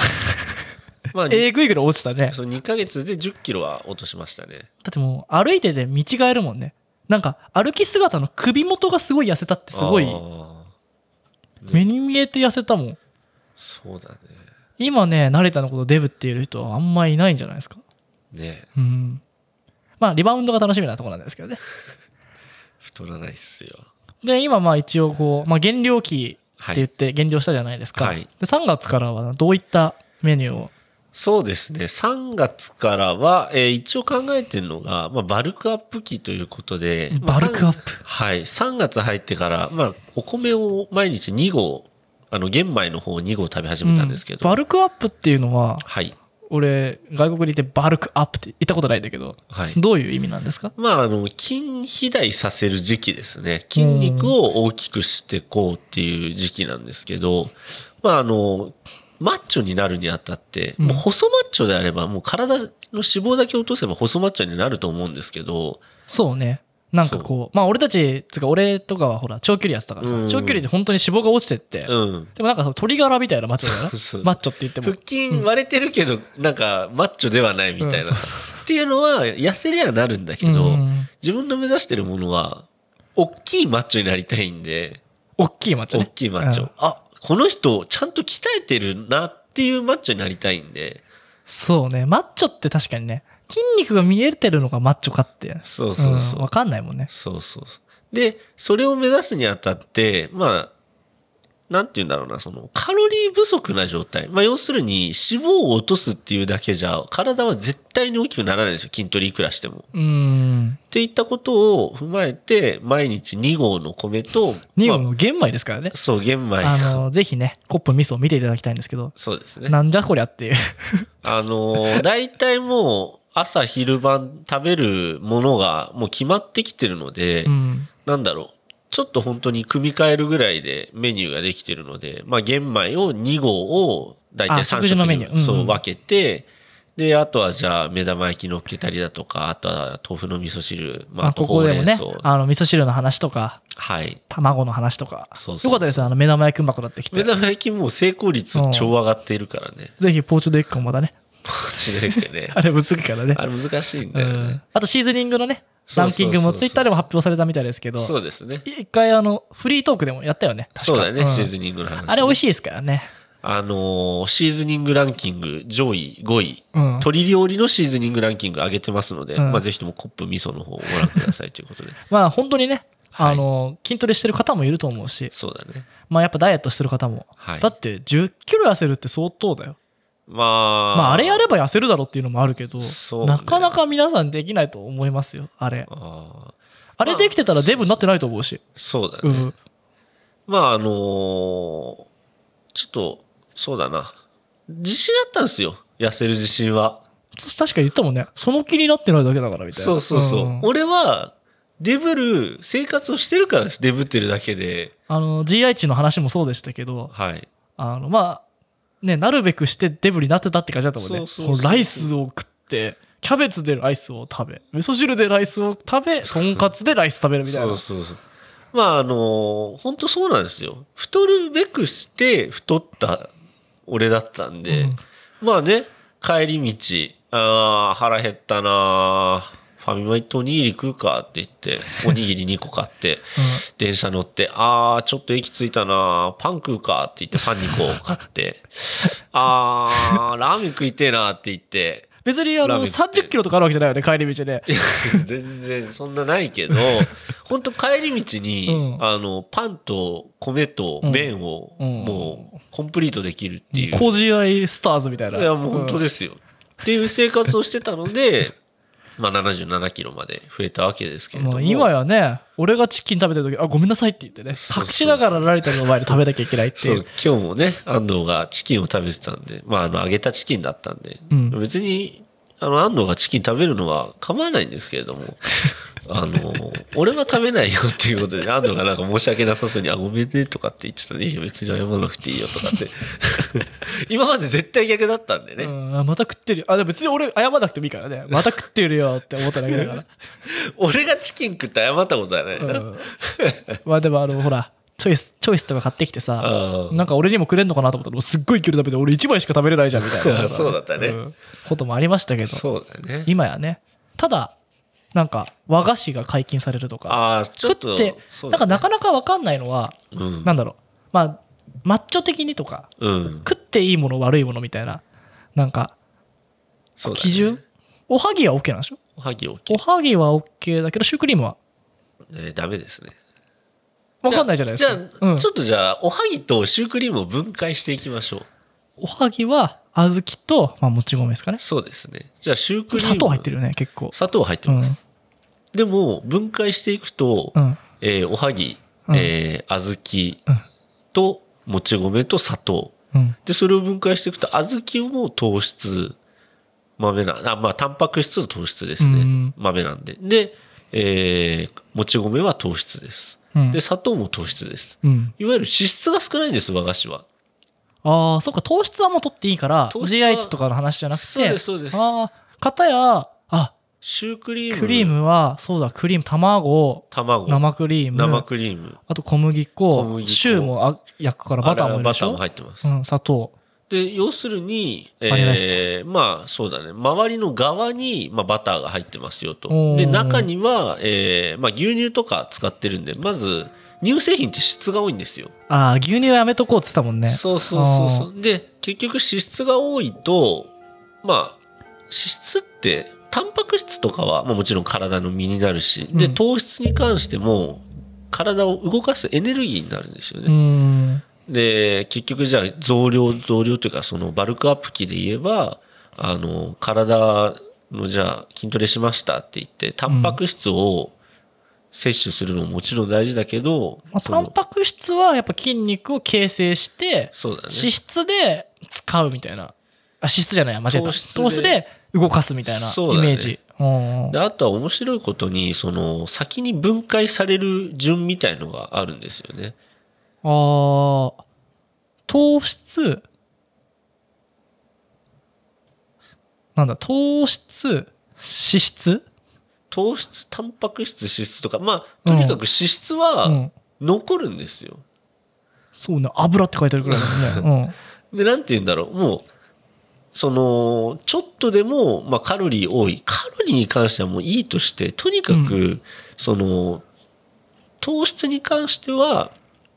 A: まあ、
B: えー、ぐいぐい落ちたね
A: そう2ヶ月で1 0キロは落としましたね。
B: だってもう歩いてて見違えるもんねなんか歩き姿の首元がすごい痩せたってすごい
A: あー
B: 目に見えて痩せたもん
A: そうだね。
B: 今ね慣れたのことデブっていう人はあんまいないんじゃないですか
A: ね
B: うんまあリバウンドが楽しみなところなんですけどね
A: 太らないっすよ。
B: で今まあ一応こう、まあ、減量期って言って減量したじゃないですか、
A: はい
B: で3月からはどういったメニューを
A: そうですね。3月からは、えー一応考えてるのが、まあ、バルクアップ期ということで、まあ
B: バルクアップ
A: さんはい。3月入ってから、まあ、お米を毎日2合、あの、玄米の方を2合食べ始めたんですけ
B: うん
A: ど、
B: バルクアップっていうのは
A: はい。
B: 俺外国にいてバルクアップって言ったことないんだけど
A: はい。
B: どういう意味なんですか
A: まあ、あの、筋肥大させる時期ですね。筋肉を大きくしてこうっていう時期なんですけど、まあ、あの、マッチョになるにあたって、
B: うん
A: もう細マッチョであれば、もう体の脂肪だけ落とせば細マッチョになると思うんですけど、
B: そうねなんかこうまあ俺たちつうか俺とかはほら長距離やってたからさ
A: うん
B: 長距離で本当に脂肪が落ちてって、
A: うん。
B: でもなんかその鳥柄みたいなマッチョだよな
A: そうそうそう
B: (laughs) マッチョって言っても
A: 腹筋割れてるけど、なんかマッチョではないみたいな、
B: うんそう
A: っていうのは痩せりゃなるんだけど、
B: うん
A: 自分の目指してるものは大きいマッチョになりたいんで
B: 大きいマッチョ
A: 大
B: ね
A: きいマッチョ、
B: うん
A: あこの人ちゃんと鍛えてるなっていうマッチョになりたいんで
B: そうねマッチョって確かにね筋肉が見えてるのがマッチョかって
A: そうそうそう、
B: んわかんないもんね
A: そうそうそうでそれを目指すにあたってまあなんて言うんだろうなそのカロリー不足な状態、まあ、要するに脂肪を落とすっていうだけじゃ体は絶対に大きくならないんですよ筋トレいくらしても。
B: うん
A: っていったことを踏まえて、毎日2合の米と、
B: 2号
A: ま
B: の玄米ですからね
A: あ、そう、玄米。
B: あのぜひねコップミスを見ていただきたいんですけど
A: そうですね。
B: なんじゃこりゃっていう
A: あの、大体もう、朝昼晩食べるものがもう決まってきてるので、
B: うん
A: なんだろう。ちょっと本当に組み替えるぐらいでメニューができてるので、まあ玄米を2合を大体
B: あ
A: 3食
B: 食事のメニューうんうん
A: そう分けて、で、あとはじゃあ目玉焼き乗っけたりだとか、あとは豆腐の味噌汁、まあ
B: ま
A: あ
B: あ、
A: と
B: こ
A: ほ
B: こ
A: うれ
B: でも
A: ん草
B: ね。、あの、味噌汁の話とか、
A: はい。
B: 卵の話とか。
A: そうそうそう
B: よかったです。あの、目玉焼きうまくなってき
A: 目
B: て。
A: 玉焼きも成功率超上がっているからね。
B: ぜひ、ポーチドエッグもまだね。
A: こっちでね
B: (laughs) あ。れ、ぶつくからね。
A: あれ難しいん
B: う
A: だよ
B: ん
A: ね。。
B: あと、シーズニングのね、
A: そう
B: ラ
A: そうそうそ
B: ンキ
A: う
B: ングも、ツイッターでも発表されたみたいですけど、
A: そうですね。
B: 一回、あの、フリートークでもやったよね。確か
A: そうだよね、
B: ん
A: シーズニングの話、
B: あれ、美味
A: しい。
B: しいですからね。
A: あのーシーズニングランキング上位5位、
B: うん。
A: 鶏料理のシーズニングランキング上げてますので、
B: うん
A: まあぜひともコップ味噌の方をご覧くだ
B: (laughs)
A: さいということで。
B: まあ、本当にね、
A: はい
B: あの、筋トレしてる方もいると思うし、
A: そうだね。
B: まあ、やっぱダイエットしてる方も。
A: はい
B: だ。って、10キロ痩せるって相当だよ。
A: まあ。
B: まあ、あれやれば痩せるだろうっていうのもあるけど、
A: そうね
B: なかなか皆さんできないと思いますよ、あれ。
A: あー
B: あれできてたらデブになってないと思うし。
A: そうだね。
B: うん。
A: まああのーちょっと、そうだな。自信あったんですよ。痩せる自信は。
B: 確かに言ってたもんね。その気になってないだけだからみたいな。
A: そうそうそう。
B: ん
A: 俺は、デブる生活をしてるからです。デブってるだけで。
B: あの、GI 値の話もそうでしたけど、
A: はい。
B: あの、まあ、ね、なるべくしてデブになってたって感じだったもんね。
A: そうそうそう
B: このライスを食って、キャベツでライスを食べ、味噌汁でライスを食べ、とんかつでライス食べるみたい
A: そ
B: な。
A: うそうそう。まああの、本当そうなんですよ。太るべくして太った俺だったんで、
B: うん
A: まあね帰り道あー腹減ったなーファミマ行っておにぎり食うかって言っておにぎり2個買
B: (laughs)
A: って、電車乗ってあーちょっと駅着いたなーパン食うかって言ってパン2個買って (laughs) あーラーメン食いてえなーって言って (laughs)
B: 別にあ
A: ラー
B: の
A: メン食って
B: 30キロとかあるわけじゃないよね帰り道で
A: いや全然そんなないけど本当帰り道に、
B: うん
A: あのパンと米と麺を
B: うん
A: もうコンプリートできるっていう、
B: 工事愛スターズみたいない
A: いやもう本当
B: す、
A: ですよ、っていう生活をしてたので、まあ、77キロまで増えたわけですけれども
B: もう今やね俺がチキン食べてる時あごめんなさいって言ってね
A: そうそうそう
B: 隠しながらラリタの前で食べなきゃいけないって
A: そ
B: いうう
A: 今日もね安藤がチキンを食べてたんで、まあ、あの揚げたチキンだったんで、
B: うん
A: 別にあの安藤がチキン食べるのは構わないんですけれどもあの俺は食べないよっていうことで安藤がなんか申し訳なさそうに「あごめんね」とかって言ってたねいや別に謝らなくていいよ」とかって (laughs) 今まで絶対逆だったんでね、
B: うんあまた食ってるよあでも別に俺謝らなくてもいいか
A: (laughs)
B: らねまた食ってるよって思っただけだから
A: 俺がチキン食って謝ったことはない (laughs) な、
B: うんまあでもあのほらチョイスチョイスとか買ってきてさ
A: あー
B: なんか俺にもくれんのかなと思ったらもうすっごい切る食べて俺1枚しか食べれないじゃんみたい
A: (laughs)
B: な
A: そうだったね
B: んこともありましたけど
A: そうだね
B: 今やねただなんか和菓子が解禁されるとか
A: ああちょっ
B: 食
A: と
B: って
A: そう
B: なん
A: だ
B: か
A: ね
B: なかなか分かんないのは
A: うん
B: なんだろうまあマッチョ的にとか
A: うん
B: 食っていいもの悪いものみたいななんか
A: そうだね
B: 基準、おはぎは OK なんでしょ
A: おはぎ大き、
B: おはぎは OK だけどシュークリームはい
A: ね、ダメですね
B: 分かんないじゃないですか
A: じゃあ、
B: うん
A: ちょっとじゃあ、おはぎとシュークリームを分解していきましょう。
B: おはぎは小豆と、まあ、もち米ですかね
A: そうですね。じゃあ、シュークリーム。
B: 砂糖入ってるよね結構
A: 砂糖入ってます。でも、分解していくと、
B: うん
A: えーおはぎ、
B: うん
A: えー小
B: う
A: 豆
B: ん
A: と、もち米と砂糖。
B: うん
A: で、それを分解していくと、小豆も糖質、豆な、あ、まあ、タンパク質と糖質です
B: う
A: ね
B: ん。
A: 豆なんで。で、えーもち米は糖質です。
B: うん
A: で、砂糖も糖質です。
B: うん、
A: いわゆる脂質が少ないんです、和菓子は。
B: ああそっか糖質はもう取っていいから
A: 糖質は
B: GH とかの話じゃなくて
A: そうですそうです
B: ああ片やあ
A: シュークリーム。
B: クリームはそうだクリーム卵
A: 卵生
B: 生クリーム
A: クリーム
B: あと小麦
A: 小
B: 粉
A: 麦粉
B: シューもあ焼くからバター
A: あれ
B: もいるで
A: バ
B: し
A: ターも
B: ょ、
A: 入ってます、
B: うん、砂糖
A: で要するに、
B: バニラアイス
A: えーまあそうだね周りの側に、まあ、バターが入ってますよと
B: おー
A: で中には、えーまあ、牛乳とか使ってるんでまず乳製品って脂質が多いんですよ、
B: ああ牛乳はやめとこうって言ってたもんね
A: そうそうそうそうで結局脂質が多いとまあ脂質ってタンパク質とかは、まあ、もちろん体の身になるし、で
B: うん
A: 糖質に関しても体を動かすエネルギーになるんですよね、
B: うん
A: で結局じゃあ増量増量というかそのバルクアップ期で言えばあの体のじゃあ筋トレしましたって言ってタンパク質を摂取するのももちろん大事だけど、
B: まあ、
A: そ
B: タ
A: の
B: ンパク質はやっぱ筋肉を形成して
A: そうだね
B: 脂質で使うみたいなあ脂質じゃない間違えた
A: 糖
B: 糖
A: 質
B: 質
A: で
B: で動かすみたいな
A: そうだね
B: イメージうん
A: であとは面白いことにその先に分解される順みたいのがあるんですよね
B: あー糖質なんだ糖質脂質
A: 糖質タンパク質脂質とかまあとにかく脂質
B: う
A: は
B: ん
A: 残るんですよ、
B: そうね油って書いてあるくらいだもん
A: (laughs)
B: ね、
A: で、なんて言うんだろう。もう、その、ちょっとでも、まあ、カロリー多い。カロリーに関してはもういいとして、とにかく、
B: う
A: その、糖質に関しては、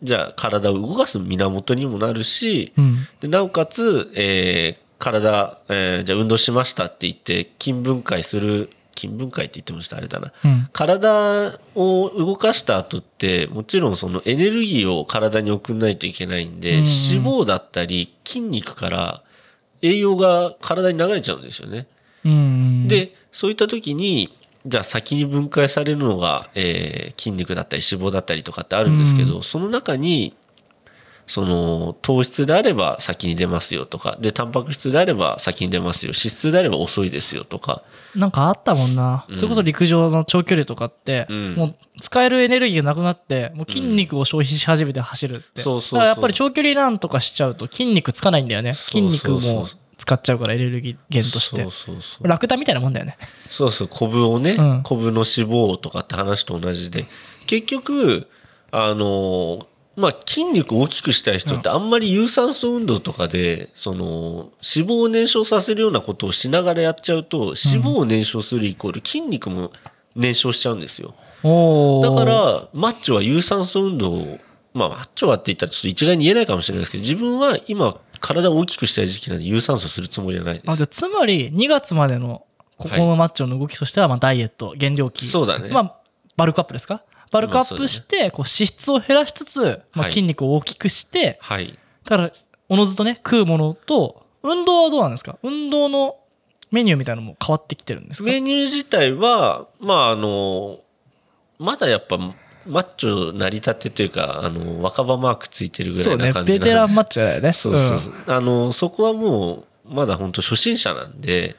A: じゃあ、体を動かす源にもなるし、
B: うんうん、
A: でなおかつ、えー体、えーじゃあ運動しましたって言って、筋分解する、筋分解って言ってもちょっとあれだな。
B: うん、
A: 体を動かした後ってもちろんそのエネルギーを体に送んないといけないんで、
B: うん
A: 脂肪だったり筋肉から栄養が体に流れちゃうんですよね。
B: うん、
A: でそういった時にじゃあ先に分解されるのが、えー筋肉だったり脂肪だったりとかってあるんですけど、
B: う
A: その中にその糖質であれば先に出ますよとかでタンパク質であれば先に出ますよ脂質であれば遅いですよとか
B: なんかあったもんな、
A: うん
B: それこそ陸上の長距離とかって、
A: うん
B: もう使えるエネルギーがなくなってもう筋肉を消費し始めて走るって、
A: うんそうそうそう
B: だからやっぱり長距離ランとかしちゃうと筋肉つかないんだよね
A: そう
B: 筋
A: そうそう
B: 肉も使っちゃうからエネルギー源として
A: そうそうそう
B: ラクダみたいなもんだよね
A: そうそう、コブをね、
B: うん
A: コブの脂肪とかって話と同じで、結局、あのーまあ、筋肉を大きくしたい人ってあんまり有酸素運動とかでその脂肪を燃焼させるようなことをしながらやっちゃうと脂肪を燃焼するイコール筋肉も燃焼しちゃうんですよ
B: お
A: だ
B: ー
A: からマッチョは有酸素運動をまあマッチョはって言ったらちょっと一概に言えないかもしれないですけど自分は今体を大きくしたい時期なんで有酸素するつもりはないで
B: あじゃあつまり2月までのここのマッチョの動きとしては、まあ、ダイエット減量期
A: すそうだね、
B: まあ、バルクアップですかバルクアップして、こう脂質を減らしつつ、ま
A: は
B: あ、
A: い
B: 筋肉を大きくして、
A: はい
B: だから、おのずとね、食うものと、運動はどうなんですか運動のメニューみたいなのも変わってきてるんですか
A: メニュー自体は、まあ、あの、まだやっぱ、マッチョなりたてというか、あの、若葉マークついてるぐら
B: そ
A: いう
B: ね
A: な、感じ
B: ベ
A: なんで
B: テランマッチョだよね。
A: そうそうそう。あの、そこはもう、まだ本当初心者なんで、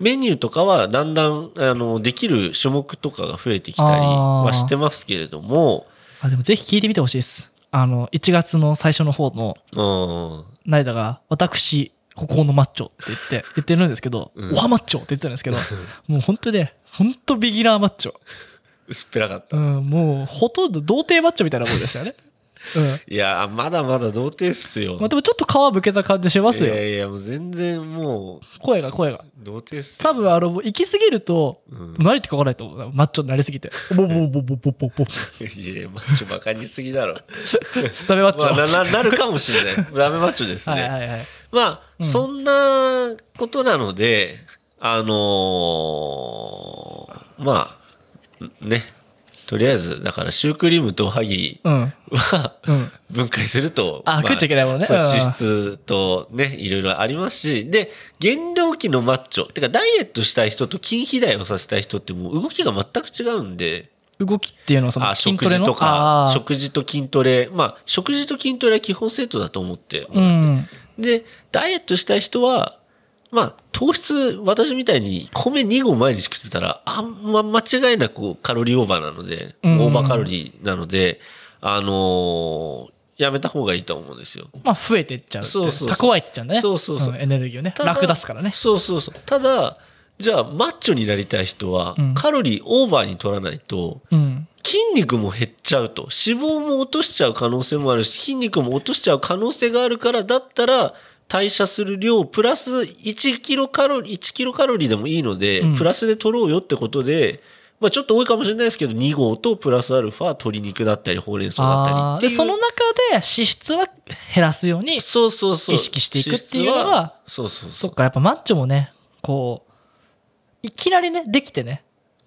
A: メニューとかはだんだん、あの、できる種目とかが増えてきたりはしてますけれども、
B: うんあでもぜひ聞いてみてほしいです。あの、1月の最初の方の、
A: うん。
B: 成田が、私、ここのマッチョって言って、
A: (laughs)
B: 言ってるんですけど、
A: うん
B: おはマッチョって言ってたんですけど、 (laughs) もう本当ね、本当ビギナーマッチョ。
A: 薄っぺらかった
B: う。ん、もうほとんど童貞マッチョみたいなもんでしたよね。
A: (laughs)
B: うん。
A: いやー、まだまだ童貞っすよ。
B: まあ、でもちょっと皮むけた感じします
A: い
B: よ。
A: やいや、もう全然もう、
B: 声が声が。
A: 童貞っすよ。
B: 多分あの、もう行き過ぎると、
A: うん
B: 何って書かないと思うなマッチョになりすぎて。ボボボボボボボボ。
A: いや、マッチョバカにしすぎだろ。
B: ダメマッチ
A: まあ、な
B: ョ。
A: ななるかもしれない。 (laughs) ダメマッチョですね。
B: はいはいはい。
A: まあ、
B: うん
A: そんなことなので、あのーまあ、ね。とりあえず、だから、シュークリームとおはぎ
B: うん。
A: は (laughs)
B: うん。
A: 分解すると。
B: あ
A: ま
B: 食っちゃいけないもんね
A: そう
B: うん
A: 脂質とね、いろいろありますし。で、減量期のマッチョ。てか、ダイエットしたい人と筋肥大をさせたい人ってもう動きが全く違うんで。
B: 動きっていうのはその
A: あ
B: 筋
A: 食
B: トレ
A: 事
B: の
A: とか
B: あー
A: 食事と筋トレまあ食事と筋トレは基本セットだと思っても
B: う
A: らって、
B: ん。
A: でダイエットしたい人はまあ糖質私みたいに米2合毎日食ってたらあんま間違いなくカロリーオーバーなので、
B: うん
A: オーバーカロリーなのであのーやめた方がいいと思うんですよ。
B: まあ増えてっちゃうってい
A: そうそうそう
B: 蓄えてっちゃうんだね。
A: そうそうそうん
B: エネルギーをね。
A: ただ
B: 楽出すからね。
A: そうそうそう。ただ、じゃあマッチョになりたい人は
B: うん
A: カロリーオーバーに取らないと、
B: うん。
A: 筋肉も減っちゃうと脂肪も落としちゃう可能性もあるし筋肉も落としちゃう可能性があるからだったら代謝する量プラス1キロカロリー1キロカロリーでもいいので、
B: うん
A: プラスで取ろうよってことで、まあ、ちょっと多いかもしれないですけど2号とプラスアルファ鶏肉だったりほうれん草だったり
B: あ
A: っ
B: ー
A: て
B: で、
A: いう
B: その中で脂質は減らすように
A: そうそうそう
B: 意識していくっていうのは
A: 脂質そうそうそ
B: そうっか、やっぱマッチョもね、こう、いきなりね、できてね、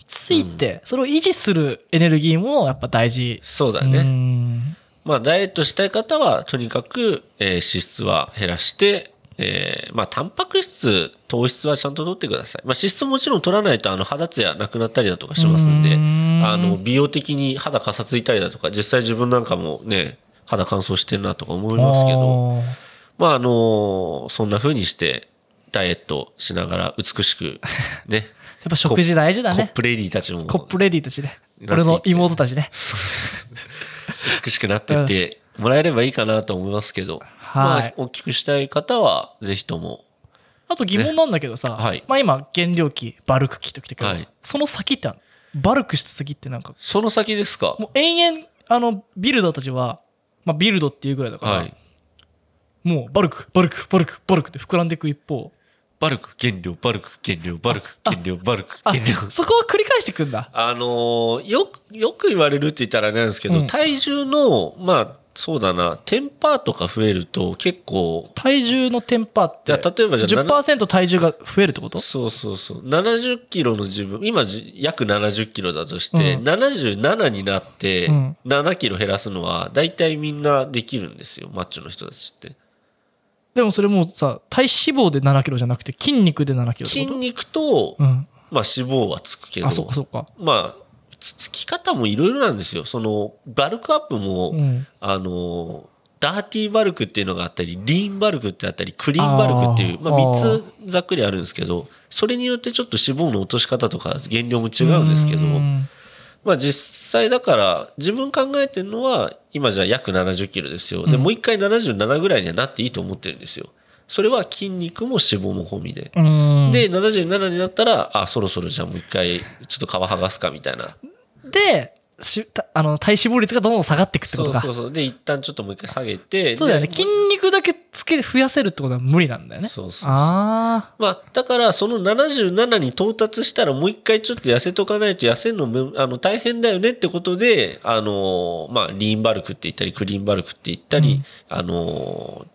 B: ついて、それを維持するエネルギーもやっぱ大事。
A: そうだ
B: うー
A: ね、
B: ん
A: まあ、ダイエットしたい方は、とにかく、えー脂質は減らして、えーまあ、タンパク質、糖質はちゃんと取ってください。まあ、脂質ももちろん取らないと、あの、肌ツヤなくなったりだとかしますんで、
B: うーん
A: あの、美容的に肌かさついたりだとか、実際自分なんかもね、肌乾燥してるなとか思いますけど、
B: あー
A: まあ、あのーそんな風にして、ダイエットしながら美し
B: (laughs)
A: く、ね、
B: やっぱ食事大事だ
A: コッ
B: ね。
A: プレディーたちも、
B: コップレディーたちね。
A: なっていって
B: 俺の妹たちね。
A: そうですね美しくなってってもらえればいいかなと思いますけど、ま
B: は
A: あ
B: い、。
A: 大きくしたい方は、ぜひとも。
B: あと疑問なんだけどさ、
A: ねはい
B: まあ今、減量期、バルク期ときてけど、
A: はい
B: その先ってある、バルクした先ってなんか、
A: その先ですか
B: もう延々、あの、ビルダーたちは、まあビルドっていうぐらいだから、
A: はい。
B: もうバルク、バルク、バルク、バルクって膨らんでいく一方、
A: バルク、減量、バルク、減量、バルク、減量、バルク、
B: あ
A: 減量。
B: そこは繰り返していくんだ。
A: あのーよく、よく言われるって言ったらあれなんですけど、
B: うん
A: 体重の、まあ、そうだな、テンパーとか増えると結構、
B: 体重のテンパっ
A: じ
B: て
A: ゃあ例えばじゃあ
B: 10%体重が増えるってこと
A: そうそうそう。70キロの自分、今じ約70キロだとして、
B: うん
A: 77になって
B: うん、
A: 7キロ減らすのは、大体みんなできるんですよ、マッチョの人たちって。
B: でもそれもうさ体脂肪で7キロじゃなくて筋肉で7キロって
A: 筋
B: こと
A: 肉と、
B: うん
A: まあ脂肪はつくけど
B: あ、そうかそうか
A: まあ、つつき方もいろいろなんですよ。その、バルクアップも、
B: うん
A: あの、ダーティーバルクっていうのがあったり、リーンバルクってあったり、クリーンバルクっていう、
B: あー
A: まあ3つざっくりあるんですけど、それによってちょっと脂肪の落とし方とか減量も違うんですけど、
B: うん
A: まあ実際だから、自分考えてるのは、今じゃ約70キロですよ。で、
B: うん
A: もう一回77ぐらいにはなっていいと思ってるんですよ。それは筋肉も脂肪も込みで。
B: うんで
A: で、77になったら、あ、そろそろじゃあもう一回、ちょっと皮剥がすかみたいな。
B: でしたあの体脂肪率がどんどん下がっていくってこ
A: そ
B: と
A: う
B: か
A: そうそうで一旦ちょっともう一回下げて
B: そうだよね
A: で
B: 筋肉だけつけ増やせるってことは無理なんだよね
A: そうそうそう
B: あ
A: まあだからその77に到達したらもう一回ちょっと痩せとかないと痩せるのむあの大変だよねってことであのーまあリーンバルクって言ったりクリーンバルクって言ったり、
B: うん
A: あのー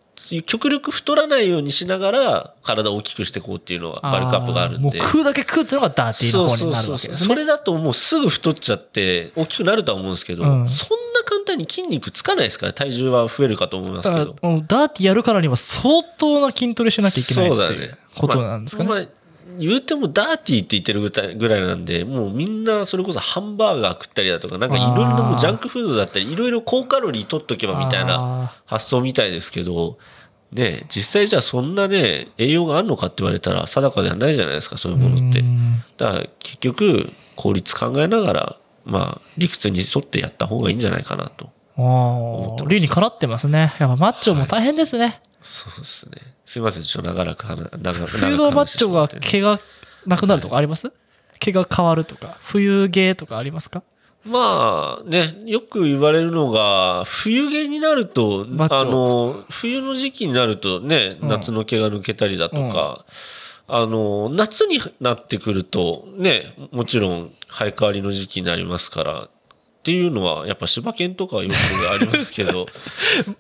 A: 極力太らないようにしながら体を大きくしていこうっていうのが
B: あ
A: バルクアップがあるん
B: もう
A: で。
B: 食うだけ食うっていうのがダーティー
A: そう
B: な方
A: そ
B: に
A: う
B: なる
A: そ
B: わ
A: う
B: け
A: そ
B: ですね
A: それだともうすぐ太っちゃって大きくなるとは思うんですけど、
B: うん
A: そんな簡単に筋肉つかないですから体重は増えるかと思います
B: だ
A: け
B: から
A: ど
B: もうダーティーやるからには相当な筋トレしなきゃいけない
A: そうだ
B: って
A: ね
B: いうことなんですかね。
A: まあまあ言うてもダーティーって言ってるぐらいぐらいなんで、もうみんなそれこそハンバーガー食ったりだとか、なんかいろいろなもうジャンクフードだったり、いろいろ高カロリー取っとけばみたいな
B: あ
A: 発想みたいですけど、ね、実際じゃあそんなね、栄養があるのかって言われたら定かではないじゃないですか、そういう
B: ー
A: ものって
B: う。ん
A: だから結局、効率考えながら、まあ理屈に沿ってやった方がいいんじゃないかなと。って
B: ああ、
A: ます
B: 理にかなってますね。やっぱマッチョも大変ですね。
A: そうですね。すいません、ちょっと長らく話、長く
B: 冬のマッチョが
A: 長く話してしまって
B: 毛がなくなるとかあります、毛が変わるとか、冬毛とかありますか
A: まあね、よく言われるのが、冬毛になると、
B: マッチョ
A: あの、冬の時期になるとね、
B: うん
A: 夏の毛が抜けたりだとか、あの、夏になってくると、ね、もちろん生え変わりの時期になりますから、っていうのは、やっぱ柴犬とかはよくありますけ
B: (laughs)
A: ど、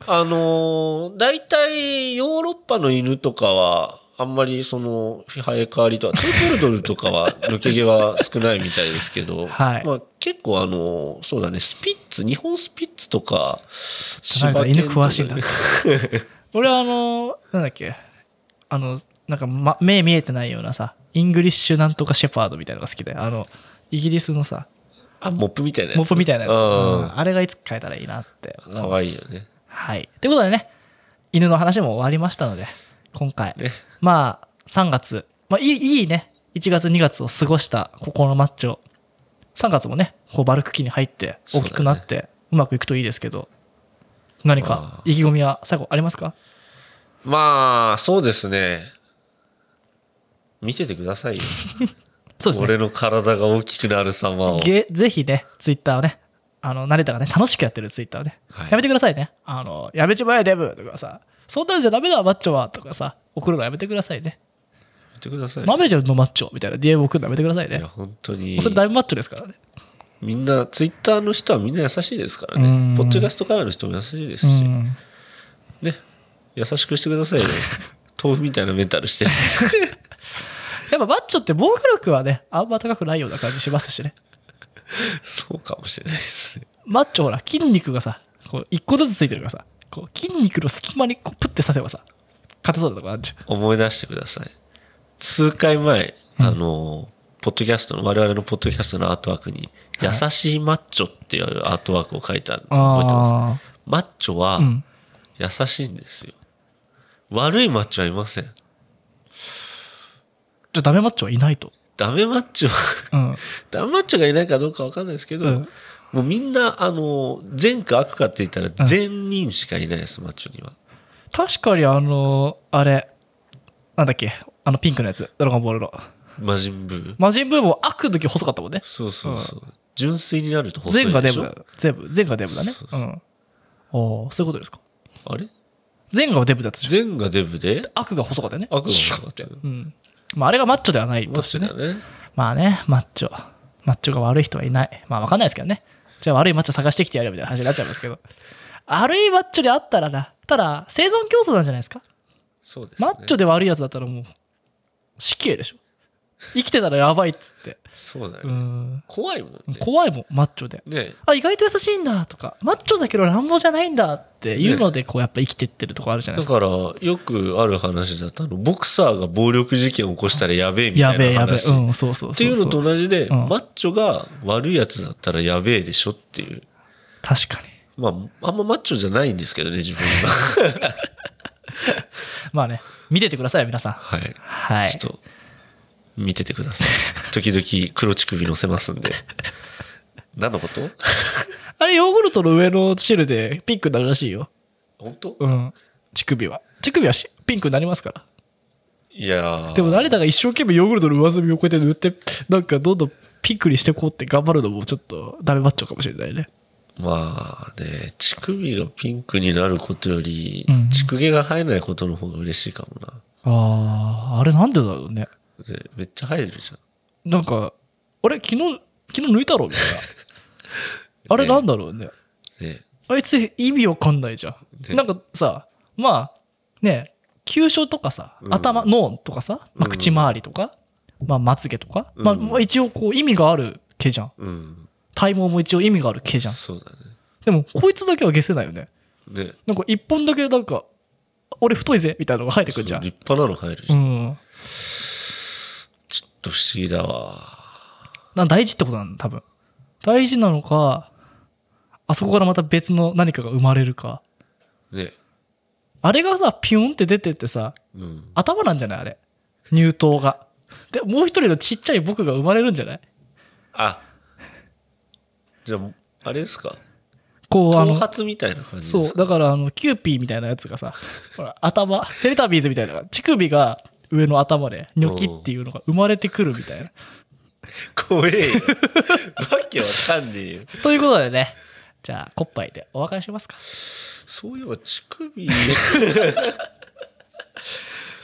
A: あの、大体ヨーロッパの犬とかは、あんまりその生え変わりとは、トイプルドルとかは抜け毛は少ないみたいですけど、
B: (laughs) はい
A: まあ、結構あの、そうだね、スピッツ、日本スピッツとか、
B: なんか
A: 柴犬
B: 犬
A: と
B: 詳しいんだ。俺はあの、なんだっけ、あの、なんか、ま、目見えてないようなさ、イングリッシュなんとかシェパードみたいなのが好きで、あの、イギリスのさ、
A: (laughs) あ、モップみたいなや
B: モッ
A: つ。
B: プみたいなやつ、
A: うん
B: うんあれがいつ変えたらいいなって思います
A: かわいいよね。
B: はい。ということでね、犬の話も終わりましたので、今回。
A: ね
B: まあ、3月。まあ、いいいいね。1月、2月を過ごした、ここのマッチョ。3月もね、こう、バルク期に入って、
A: そうだ
B: 大
A: ね
B: きくなって、うまくいくといいですけど、何か
A: あ、ー
B: 意気込みは最後ありますか
A: まあ、そうですね。見ててくださいよ。
B: そうですね。
A: 俺の体が大きくなる様を。
B: げぜひね、ツイッターをね、あの、慣れたらね、楽しくやってるツイッターをね、
A: はい
B: やめてくださいね。あの、やめちまえ、デブとかさ、そんなんじゃダメだ、マッチョはとかさ、送るのやめてくださいね。
A: 見てください。
B: なめてるの、マッチョみたいな DM 送るのやめてください
A: い
B: ね
A: や、。本当に
B: もう。それだいぶマッチョですからね。
A: みんな、ツイッターの人はみんな優しいですから
B: うん
A: ね。ポッドキャスト会話の人も優しいですし、ね。優しくしてください
B: (laughs)
A: よ。豆腐みたいなメンタルしてる。
B: やっぱマッチョって防御力はね、あんま高くないような感じしますしね。
A: そうかもしれないですね。
B: マッチョほら、筋肉がさ、こう、一個ずつついてるからさ、こう、筋肉の隙間にこう、プッて刺せばさ、勝てそうだとかなんじゃん。
A: 思い出してください。数回前、あの、ポッドキャストの、我々のポッドキャストのアートワークに、優しいマッチョっていうアートワークを書いてある。覚えてます
B: あ
A: マッチョは
B: ーうん。
A: 優しいんですよ。悪いマッチョはいません。
B: じゃあダメマッチョはいないと。
A: ダメマッチョは、
B: うん。
A: ダメマッチョがいないかどうかわかんないですけど、
B: うん
A: もうみんな、あの、善か悪かって言ったら善人しかいないです、マッチョには。
B: 確かにあのあれ、なんだっけ、あのピンクのやつ、ドラゴンボールの。
A: 魔人ブー。
B: 魔人ブームも悪の時細かったもんね。
A: そうそうそう。純粋になると細い
B: 全
A: でし
B: が
A: ょ
B: デブだ。全部、全がデブだね
A: そう。
B: う。
A: そうん
B: おーそういうことですか。
A: あれ
B: 全がデブだったじゃん。
A: 善がデブで
B: 悪が細かったよね。
A: 悪が細かったよ
B: うん。まあ、あれがマッチョではない
A: マ
B: と
A: ッチ
B: して
A: ョ
B: ね
A: だ。ね。
B: まあね、マッチョ。マッチョが悪い人はいない。まあ、わかんないですけどね。じゃあ悪いマッチョ探してきてやれみたいな話になっちゃいます
A: (laughs)
B: けど。悪いマッチョであったらな。ただ、生存競争なんじゃないですか。
A: そうですね。
B: マッチョで悪いやつだったらもう、死刑でしょ。生きてたらやばいっつって。
A: そうだよ
B: う
A: ね。
B: ん。
A: 怖いもんね。
B: 怖いもん、マッチョで。
A: ね
B: あ、意外と優しいんだとか、マッチョだけど乱暴じゃないんだっていうので、こう、やっぱ生きてってるとこあるじゃない
A: だ
B: ですか。
A: から、よくある話だったの、ボクサーが暴力事件を起こしたらやべえみた
B: やべえ
A: いな
B: やべえ。
A: 話。
B: うん、そうそうそうそう。
A: っていうのと同じで、
B: うん
A: マッチョが悪いやつだったらやべえでしょっていう。
B: 確かに。
A: まあ、あんまマッチョじゃないんですけどね、自分が。
B: (laughs) まあね、見ててくださいよ、皆さん。
A: はい。
B: はい。
A: ちょっと、見ててください。時々黒乳首乗せますんで。何のこと
B: あれ、ヨーグルトの上の汁でピンクになるらしいよ。
A: 本当
B: うん。乳首は。乳首はしピンクになりますから。
A: いやー
B: でも、成田が一生懸命ヨーグルトの上澄みをこうやって塗って、なんかどんどんピクリしてこうって頑張るのもちょっとダメマッチョかもしれないね。
A: まあね、乳首がピンクになることより
B: うん、
A: 乳毛が生えないことの方が嬉しいかもな。
B: ああ、あれなんでだろうね。
A: でめっちゃ生えるじゃん。
B: なんか、あれ昨日、昨日抜いたろみたい (laughs) な。あれなんだろうね。
A: ね、
B: あいつ意味わかんないじゃん。
A: ね
B: なんかさ、まあ、ね、急所とかさ、
A: うん
B: 頭、脳とかさ、
A: う
B: まあ、
A: ん
B: 口周りとか、まあ、まつげとか、まあ、
A: うん
B: まあ一応こう意味がある毛じゃん。
A: うん。
B: 体毛も一応意味がある毛じゃん。
A: そうだ
B: でも、こいつだけは消せないよね。
A: ね。ね。
B: なんか一本だけなんか、俺太いぜみたいなのが生えてく
A: そう
B: るじゃん。
A: 立派なの生えるじ
B: う
A: ゃん。
B: ん。
A: ちょっと不思議だわ。
B: なん大事ってことなの、多分。大事なのか、あそこからまた別の何かが生まれるか。
A: ね。
B: あれがさ、ピュンって出てってさ、
A: うん。
B: 頭なんじゃないあれ。乳頭が。で、もう一人のちっちゃい僕が生まれるんじゃない
A: あ、じゃあ、あれですか
B: こう、あ
A: 頭
B: の、
A: 髪みたいな感じ
B: そ
A: で
B: う
A: す、か
B: だから、あの、キューピーみたいなや
A: (laughs)
B: つがさ、ほら、頭、テレタビーズみたいな、乳首が上の頭で、ニョキっていうのが生まれてくるみたいな。
A: 怖えよ。わけわかんねえよ。
B: ということでね、じゃあ、コッパイでお別れしますか。
A: そういえば乳首、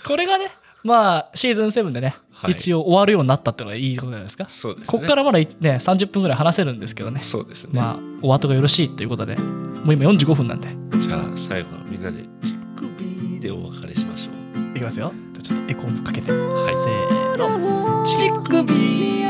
B: これがね、まあ、シーズン7でね、
A: はい
B: 一応終わるようになったってのはいいことじゃないですか。
A: そうですね。
B: ここからまだいね、30分ぐらい話せるんですけどね、
A: そうですね。
B: まあ、お後がよろしいということで、もう今45分なんで、
A: じゃあ、最後はみんなで乳首でお別れしましょう。
B: いきますよ。じゃあちょっとエコーもかけて。
A: はい。
B: せーの。
A: 乳首